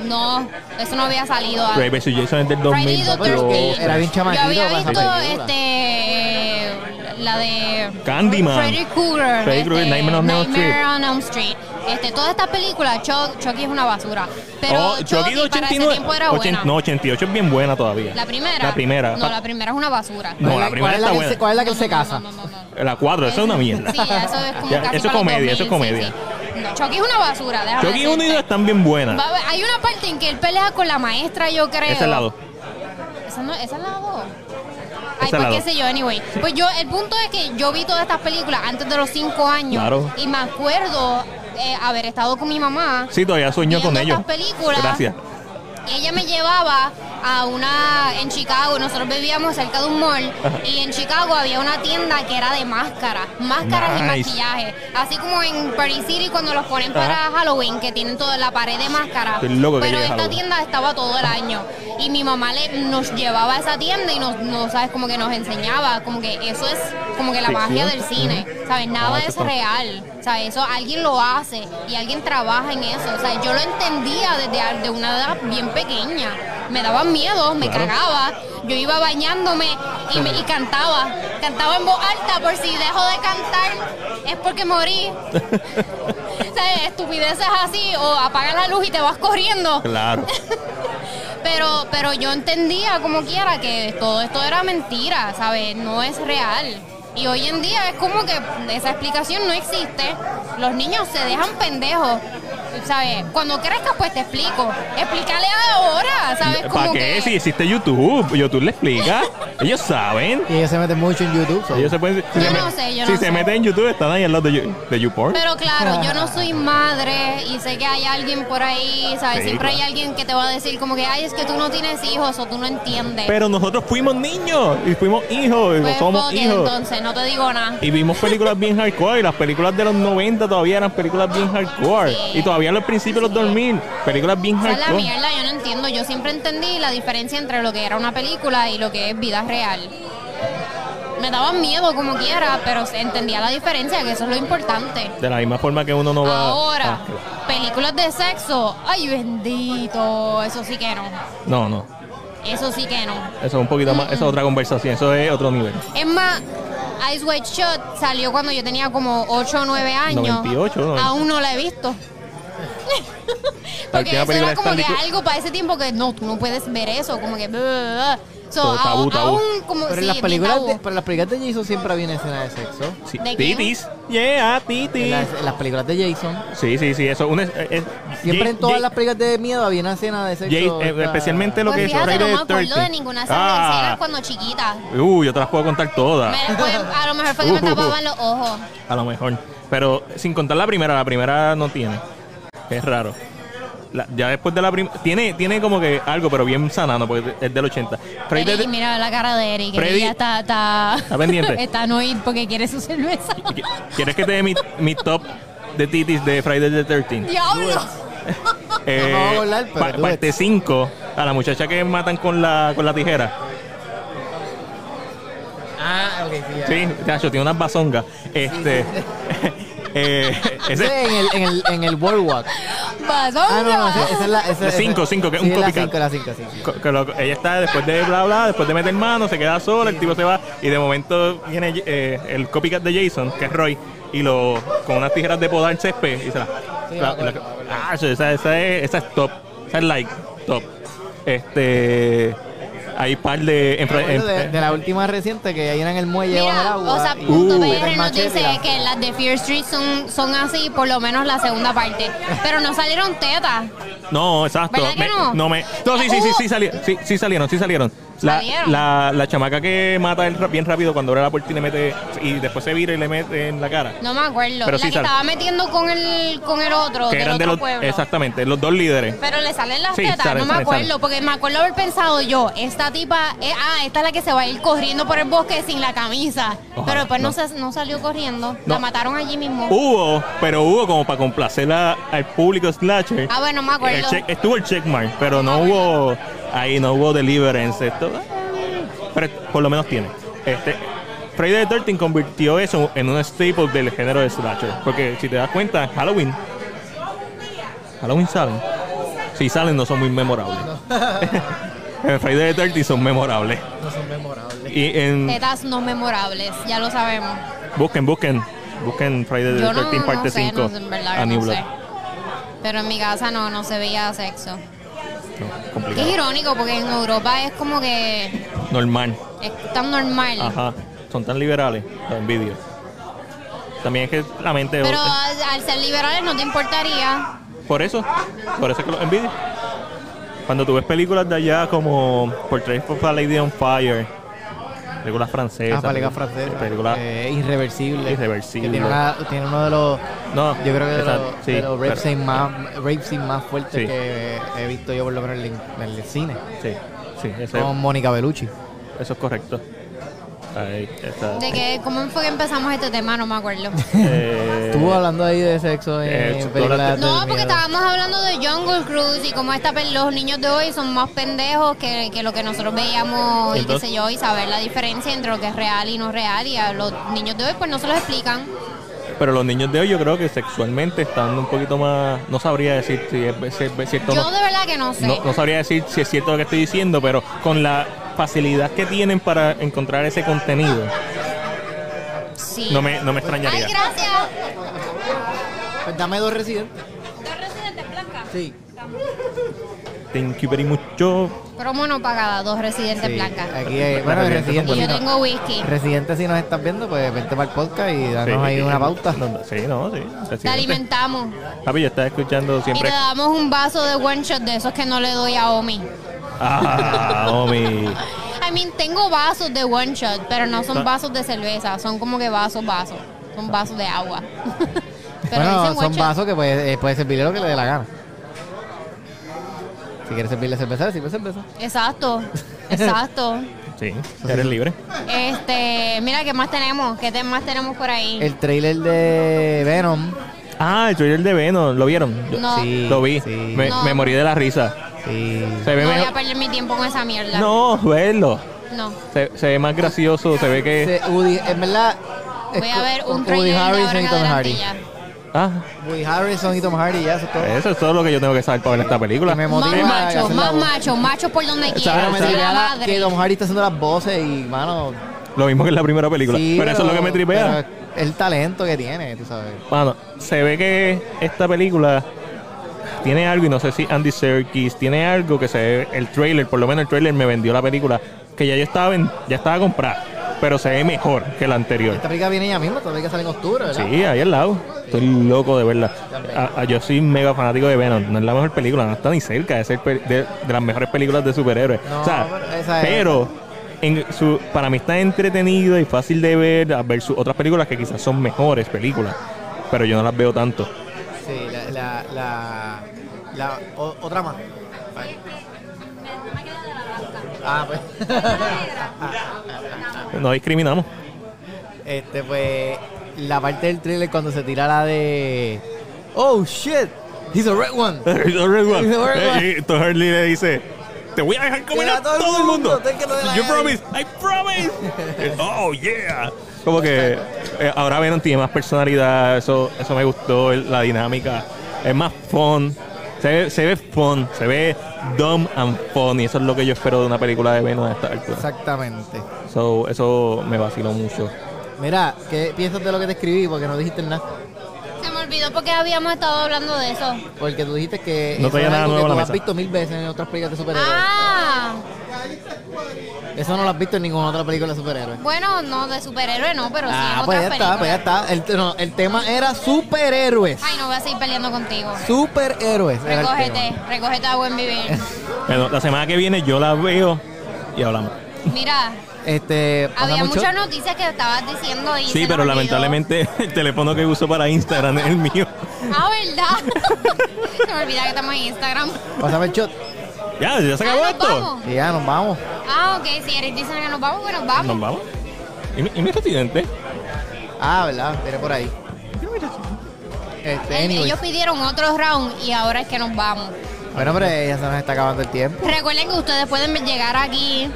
No, eso no había salido.
Ray vs. Jason es del
Friday the
2002.
13th.
Era bien
Yo
chamaquito
había
para esa
visto
película.
este la de
Candyman.
Freddy Krueger,
Freddy Krueger,
este,
Nightmare on Elm Street.
Nightmare on Elm Street. Este, todas estas películas, Chuck- Chucky es una basura. Pero
Oh,
Chucky,
Chucky de
para ese
89.
tiempo era buena.
Ochen- no, 88 es bien buena todavía.
La primera.
La primera.
No, la primera es una basura.
No,
¿Cuál
la
es
primera
cuál es la
está
que
buena.
se- ¿Cuál es la que
No,
se
no, no,
casa?
no, no, no.
La 4, eso es una mierda.
Sí, eso es
[LAUGHS]
como
Ya, eso
casi
es
para los
comedia, eso es
2000,
comedia.
sí, sí. No, Chucky es una basura. déjame
Chucky 1 y 2
decirte.
están bien buenas.
Va a haber- Hay una parte en que él pelea con la maestra, yo creo.
Ese lado.
Esa no, esa es la dos.
Esa
Ay,
es
pues
la
qué
dos.
sé yo, anyway. Pues yo, el punto es que yo vi todas estas películas antes de los cinco años.
Claro.
Y me acuerdo eh, haber estado con mi mamá.
Sí, todavía sueño
Viendo
con ellos.
estas películas.
Gracias.
Y ella me llevaba a una en Chicago, nosotros vivíamos cerca de un mall y en Chicago había una tienda que era de máscaras, máscaras y
Nice.
maquillaje, así como en Paris City cuando los ponen
Ajá.
para Halloween que tienen toda la pared de máscaras.
Estoy loco que
Pero
llegue
esta
Halloween.
tienda estaba todo el año y mi mamá le, nos llevaba a esa tienda y nos, no sabes como que nos enseñaba, como que eso es como que la
Ficción.
magia del cine, sabes nada
Ah,
es
eso está-
real, sabes eso alguien lo hace y alguien trabaja en eso, o sea yo lo entendía desde a- de una edad bien pequeña, me daba miedo, me
Claro.
cagaba, yo iba bañándome y, me- y cantaba, cantaba en voz alta por si dejo de cantar es porque morí, o sea estupideces así o apagas la luz y te vas corriendo,
Claro.
pero, pero yo entendía como quiera que todo esto era mentira, ¿sabes? No es real. Y hoy en día es como que esa explicación no existe. Los niños se dejan pendejos. ¿Sabes? Cuando crezcas, pues te explico. Explícale ahora, [LAUGHS] ¿sabes?
¿Para
Como
qué?
que-
Si existe YouTube, YouTube le explica. ellos saben.
Y ellos se meten mucho en YouTube. so-
Ellos se pueden. si
Yo
se
no
me-
sé, yo
si
no
se
sé.
meten en YouTube, están ahí al lado de, You- de YouPorn.
Pero claro, yo no
[LAUGHS]
soy madre y sé que hay alguien por ahí, ¿sabes?
Sí,
Siempre hay
claro.
alguien que te va a decir como que, ay, es que tú no tienes hijos o tú no entiendes.
Pero nosotros fuimos niños y fuimos hijos, y
Pues,
somos
fuck it,
hijos.
entonces, no te digo nada.
Y vimos películas bien hardcore. Y las películas de los 90 todavía eran películas bien hardcore.
Sí.
Y todavía al principio los 2000, películas bien
Esa es la
hardcore.
mierda, yo no entiendo. Yo siempre entendí la diferencia entre lo que era una película y lo que es vida real. Me daban miedo como quiera, pero entendía la diferencia, que eso es lo importante.
De la misma forma que uno no va.
Ahora,
Ah, claro.
películas de sexo, ay bendito, eso sí que no.
no, no.
Eso sí que no.
Eso es un poquito más. Eso es otra conversación. Eso es otro nivel.
Es más, Ice White Shot salió cuando yo tenía como 8 o 9 años.
98, ¿no?
Aún no la
[LAUGHS]
he visto.
última
Porque eso
película
era
de
como que
Stanley Kubrick.
algo para ese tiempo que no, tú no puedes ver eso, como que... blah, blah, blah. So,
Todo tabú,
aún-
tabú.
aún como...
Pero, en
sí,
las
bien
películas
tabú.
de, pero en las películas de Jason siempre había una escena de sexo.
Sí.
¿De quién?
Titis. Yeah,
En
titis.
las, en las películas de Jason.
Sí, sí, sí. Eso. Una, es- es-
Siempre
Jay-
en todas
Jay-
las películas de miedo había una escena de sexo.
Jay- eh,
o sea,
especialmente lo que
Pues
es
fíjate, no
Friday
me
the
acuerdo de
13th.
ninguna
Ah.
escena de cuando chiquita.
Uh, yo te las puedo contar todas.
Me- pues, a lo mejor fue que me
Uh.
tapaban los ojos.
A lo mejor. Pero sin contar la primera, la primera no tiene. Es raro. La- ya después de la primera. Tiene, tiene como que algo, pero bien sanando, porque es del 80. Freddy
Eric,
de-
mira la cara de Eric,
Freddy-
Eric ya está... Está,
¿Está pendiente?
[LAUGHS] está annoyed porque quiere
[LAUGHS]
su cerveza.
¿Qui- ¿Quieres que te dé mi, mi top de titis de Friday the 13th?
¡Diablo!
Eh,
No me voy a volar, pero tú
parte 5, a la muchacha que matan con la, con la tijera.
Ah, ok, sí. ya. Ah,
Sí, chacho, tiene unas bazongas. Este. [LAUGHS]
[LAUGHS]
Eh,
Ese
ese
es en el, en el, en el Boardwalk.
Vas,
Ah, no, no,
vas.
esa esa es la. Esa, esa-
Cinco, cinco, que es
sí,
un
es la
copycat. Eh,
5, la 5, sí.
co- que lo- ella está después de bla bla, después de meter mano, se queda sola, el tipo se va y de momento viene eh, el copycat de Jason, que es Roy, y lo con unas tijeras de podar césped y se la.
Sí,
la-
me acuerdo,
la- ah, sí, esa, esa es, esa es top, esa es like top. Este, hay par de. en-
Me acuerdo
en-
de, de la última reciente que ahí era en el muelle bajo el
Mira,
agua.
o sea,
y-
punto
Uh.
PR nos
Machete,
dice
la-
que las de Fear Street son, son así, por lo menos la segunda parte. Pero no salieron tetas.
No, exacto.
¿Verdad que
Me-
no?
me. No, sí, sí, sí, sí,
Uh.
sali- sí, sí salieron, sí salieron. La,
¿Salieron?
la, la chamaca que mata el, ra- bien rápido cuando abre la puerta y le mete. Y después se vira y le mete en la cara.
No me acuerdo.
Pero
la
sí
que
sal-
estaba metiendo con el, con el otro,
que
del
eran
otro
de los.
pueblo.
Exactamente, los dos líderes.
Pero le salen las
Sí,
tetas,
sale,
no me
sale,
acuerdo,
sale.
porque me acuerdo haber pensado yo, esta tipa, eh, ah, esta es la que se va a ir corriendo por el bosque sin la camisa.
Ojalá,
Pero después no,
no.
se- no salió corriendo,
No. Uh.
la mataron allí mismo.
Hubo, pero hubo como para complacer a- al público slasher.
Ah, bueno, me acuerdo.
El check- estuvo el checkmark, pero no hubo. Ahí no hubo deliverance. Esto, ah, pero por lo menos tiene. Este, Friday the 13 convirtió eso en un staple del género de slasher. Porque si te das cuenta, Halloween. Halloween salen. Si salen, no son muy memorables. [LAUGHS] en Friday the 13 son memorables.
No son memorables.
Y en.
Tetas no memorables, ya lo sabemos.
Busquen, busquen. Busquen Friday the
Yo no,
13
no
parte
sé,
5
no, sé, en verdad
a
que
New
no
Blood.
sé. Pero en mi casa no, no se veía sexo.
No,
Que
complicado.
es irónico, porque en Europa es como que
Normal.
es tan normal.
Ajá. Son tan liberales. Lo envidio. También es que la mente es
Pero
otra.
al, al ser liberales no te importaría.
Por eso. Por eso es que lo envidio. Cuando tú ves películas de allá como Portrait of a Lady on Fire, películas francesas.
Ah, palega francesa.
Películas.
eh, irreversible.
Irreversible.
Que tiene, una- tiene uno de los.
no,
Yo creo que de
esa-
los,
sí,
de los rape
pero-
scenes más, rape scenes más fuertes
Sí.
que he visto yo, por lo menos en el, en el cine.
Sí, sí, Eh, ese-
Con Mónica Bellucci.
eso es correcto. Ahí está.
De que, ¿Cómo fue que empezamos este tema? No
[LAUGHS]
me acuerdo.
Eh,
Estuvo hablando ahí de sexo en
eh, tú
películas
hablaste-
de
No, porque
miedo.
estábamos hablando de Jungle Cruise y cómo esta, pe- los niños de hoy son más pendejos que, que lo que nosotros veíamos y qué
Entonces-
sé yo, y saber la diferencia entre lo que es real y no real. Y a los niños de hoy pues no se los explican.
Pero los niños de hoy yo creo que sexualmente están un poquito más... No sabría decir si es, si es cierto o no.
Yo de verdad que no sé.
No, no sabría decir si es cierto lo que estoy diciendo, pero con la facilidad que tienen para encontrar ese contenido,
Sí.
no me, no me
Ay,
extrañaría.
gracias.
Pues dame dos residentes.
¿Dos residentes blancas?
Sí.
Thank you very mucho.
Promo no pagada, dos residentes
Sí,
blancas.
Aquí hay, bueno,
Las
el
residentes son
residente.
Y yo
si no-
tengo whisky.
Residente, si nos estás viendo, pues vente para el podcast y
Sí,
danos ahí
y-
una pauta.
No, no, sí, no, sí. presidente.
Te alimentamos.
Papi, yo estaba escuchando
Y le
siempre.
damos un vaso de one shot de esos que no le doy a Omi. [LAUGHS]
Ah, homie.
I mean, tengo vasos de one shot, pero no son vasos de cerveza, son como que vasos, vasos. Son vasos de agua. [LAUGHS] pero
bueno,
dicen one
son
shot.
vasos que puede, eh, puede servirle lo que le dé la gana. Si quieres servirle cerveza, le sirve cerveza. [LAUGHS]
Exacto, exacto.
Sí, eres libre.
Este, mira, ¿qué más tenemos? ¿Qué te- más tenemos por ahí?
El trailer de Venom.
Ah, el trailer de Venom, ¿lo vieron? Yo-
No.
Sí,
Lo vi.
sí,
me,
No.
me morí de la risa.
sí.
Se ve
no voy a
mejor.
perder mi tiempo con esa mierda.
No, verlo.
No.
Se, se ve más gracioso, se ve que.
Se- Woody- en verdad. es
Voy a ver un
Woody
trailer de ahora
Harrison
en
y Tom
adelante
Hardy.
ya.
Ah,
Woody Harrison y Tom Hardy, ya, eso es todo.
eso es todo lo que yo tengo que saber para ver esta película.
Que me
Más
motiva a
macho,
hacer la
más
voz.
macho, macho por donde quiera.
Pero
Pero
me
me
sí,
tripea
la
diría
madre.
que Tom Hardy está haciendo las voces y, mano.
Lo mismo que en la primera película.
sí,
pero, eso es lo que me tripea.
pero El talento que tiene, tú sabes.
Bueno, se ve que esta película tiene algo, y no sé si Andy Serkis tiene algo que se ve, el trailer, por lo menos el trailer me vendió la película, que ya yo estaba, ven- ya estaba comprada, pero se ve mejor que la anterior.
Esta película viene ella misma, esta película sale en octubre, ¿verdad?
Sí, ahí al lado. Estoy loco de verla. A- a- yo soy mega fanático de Venom. No es la mejor película, no está ni cerca de ser pe- de, de las mejores películas de superhéroes.
No,
o sea,
pero esa es-
pero en su, para mí está entretenido y fácil de ver a versus otras películas que quizás son mejores películas, pero yo no las veo tanto.
Sí, la, la, la, la- o- otra más.
Este,
Vale. Ah,
[LAUGHS]
pues. [LAUGHS] Ah,
No discriminamos.
este, pues, la parte del thriller cuando se tira la de. Oh shit, he's a red
One.
one. [LAUGHS] The Red One.
Eh, eh, Tom Hardy le dice, te voy a dejar comer
Mira,
a todo el mundo.
ten que lo de la
You
[LAUGHS] gana".
promise, I promise. oh yeah. Como que eh, ahora Venom tiene más personalidad, eso, eso me gustó, el- la dinámica. Es más fun. Se ve, se ve fun, se ve dumb and fun. Y eso es lo que yo espero de una película de Venom a esta altura.
Exactamente.
So, eso me vaciló mucho.
Mira, ¿qué piensas de lo que te escribí? Porque no dijiste nada.
Se me olvidó porque habíamos estado hablando de eso.
Porque tú dijiste que
No
eso
traía
es
nada
algo
nuevo
que
a
tú
la
has
mesa.
visto mil veces en otras películas de superhéroes.
Ah,
Eso no lo has visto en ninguna otra película de superhéroes.
bueno, no, de superhéroe no, pero sí en
Ah,
otras
pues ya
películas.
está, pues ya está. El, no, el tema era superhéroes.
Ay, no voy a seguir peleando contigo.
Superhéroes. era el
Recógete,
tema.
recógete a
[LAUGHS]
buen vivir.
Bueno, la semana que viene yo la veo y hablamos.
Mira,
Este, pasa
había
mucho.
muchas noticias que estabas diciendo y se
Sí,
nos
pero
olvidó.
lamentablemente [LAUGHS] el teléfono que uso para Instagram es el mío.
Ah, ¿verdad? [LAUGHS] se me olvida que estamos en Instagram.
Pásame el shot.
Ya, ya se
Ah,
acabó
nos
esto.
vamos.
Y ya nos vamos.
Ah, ok, si Eric dice que nos vamos, pues nos vamos.
Nos vamos. ¿Y mi, y mi residente?
Ah, ¿verdad? Tiene por ahí. Este,
El-
anyways.
ellos pidieron otro round y ahora es que nos vamos.
Bueno, pero ya se nos está acabando el tiempo.
Recuerden que ustedes pueden llegar aquí.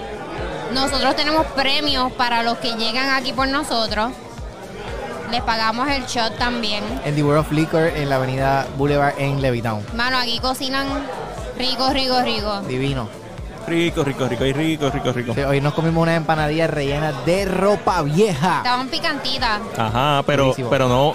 Nosotros tenemos premios para los que llegan aquí por nosotros. Les pagamos el shot también.
En The World of Liquor, en la avenida Boulevard en Levittown.
Mano, aquí cocinan rico, rico, rico.
Divino.
Rico, rico, rico, y rico, rico, rico.
Sí, hoy nos comimos unas empanadillas rellenas de ropa vieja.
Estaban picantitas.
Ajá, pero,
Buenísimo.
pero no,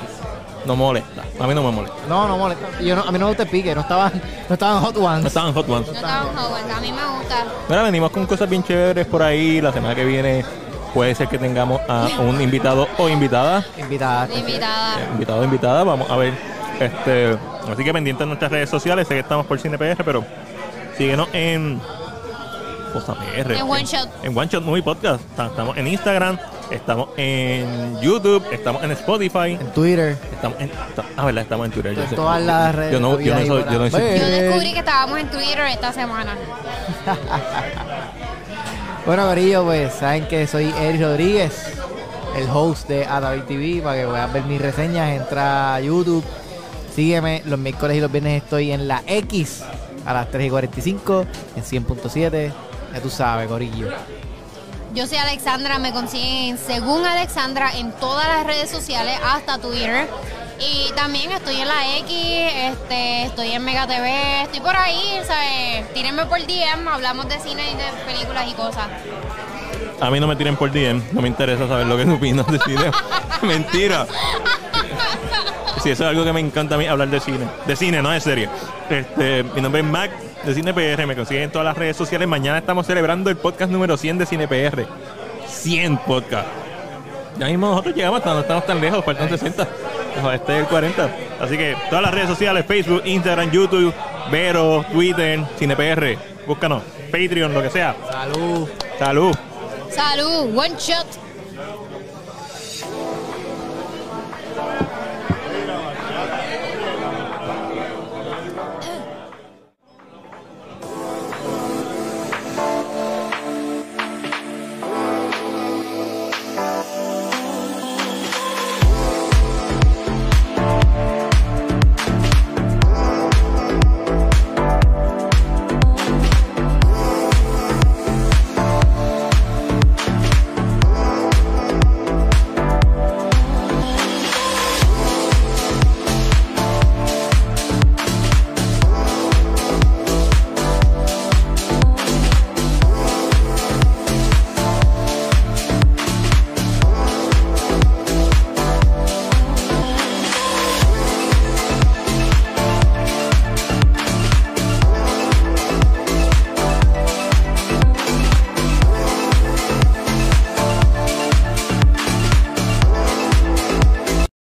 no molesta. A mí no me molesta.
No, no molesta. Yo no, a mí no me gusta el pique, no estaban, [LAUGHS] no estaban hot
No
ones.
estaban hot ones.
No estaban jóvenes, a mí me gusta.
Mira, venimos con cosas bien chéveres por ahí. La semana que viene puede ser que tengamos a un invitado o invitada.
Invitadas.
De invitada.
Invitado o invitada, vamos a ver. Este, así que pendientes de nuestras redes sociales. Sé que estamos por CinePR, pero síguenos en Cosa PR.
En One Shot.
En One Shot Movie Podcast. Ta- Estamos en Instagram, estamos en YouTube, estamos en Spotify.
En Twitter.
Estamos en, esta- ah, verdad, estamos en Twitter. yo
En
sé.
todas las redes.
Yo no, yo
habidas
no
y
soy,
por
yo no soy-
haber.
Yo descubrí que estábamos en Twitter esta semana.
Bueno, Corillo, pues saben que soy Eric Rodríguez, el host de Atavir TV, para que puedas ver mis reseñas, entra a YouTube, sígueme, los miércoles y los viernes estoy en la X a las 3 y 45, en 100.7, ya tú sabes, Corillo.
Yo soy Alexandra, me consiguen según Alexandra en todas las redes sociales, hasta Twitter. Y también estoy en la X, este, estoy en Mega TV, estoy por ahí, ¿sabes? Tírenme por DM, hablamos de cine y de películas y cosas.
A mí no me tiren por DM, no me interesa saber lo que tú opinas de cine. [LAUGHS] Mentira. Sí, eso es algo que me encanta a mí, hablar de cine. De cine, no de serie. Este, mi nombre es Mac, de Cine PR. Me consiguen en todas las redes sociales. Mañana estamos celebrando el podcast número 100 de Cine PR. 100 podcast. Ya mismo nosotros llegamos, hasta no estamos tan lejos, faltan 60. No, Este es el 40. Así que todas las redes sociales, Facebook, Instagram, YouTube, Vero, Twitter, CinePR. Búscanos, Patreon, lo que sea.
Salud.
Salud.
Salud, one shot.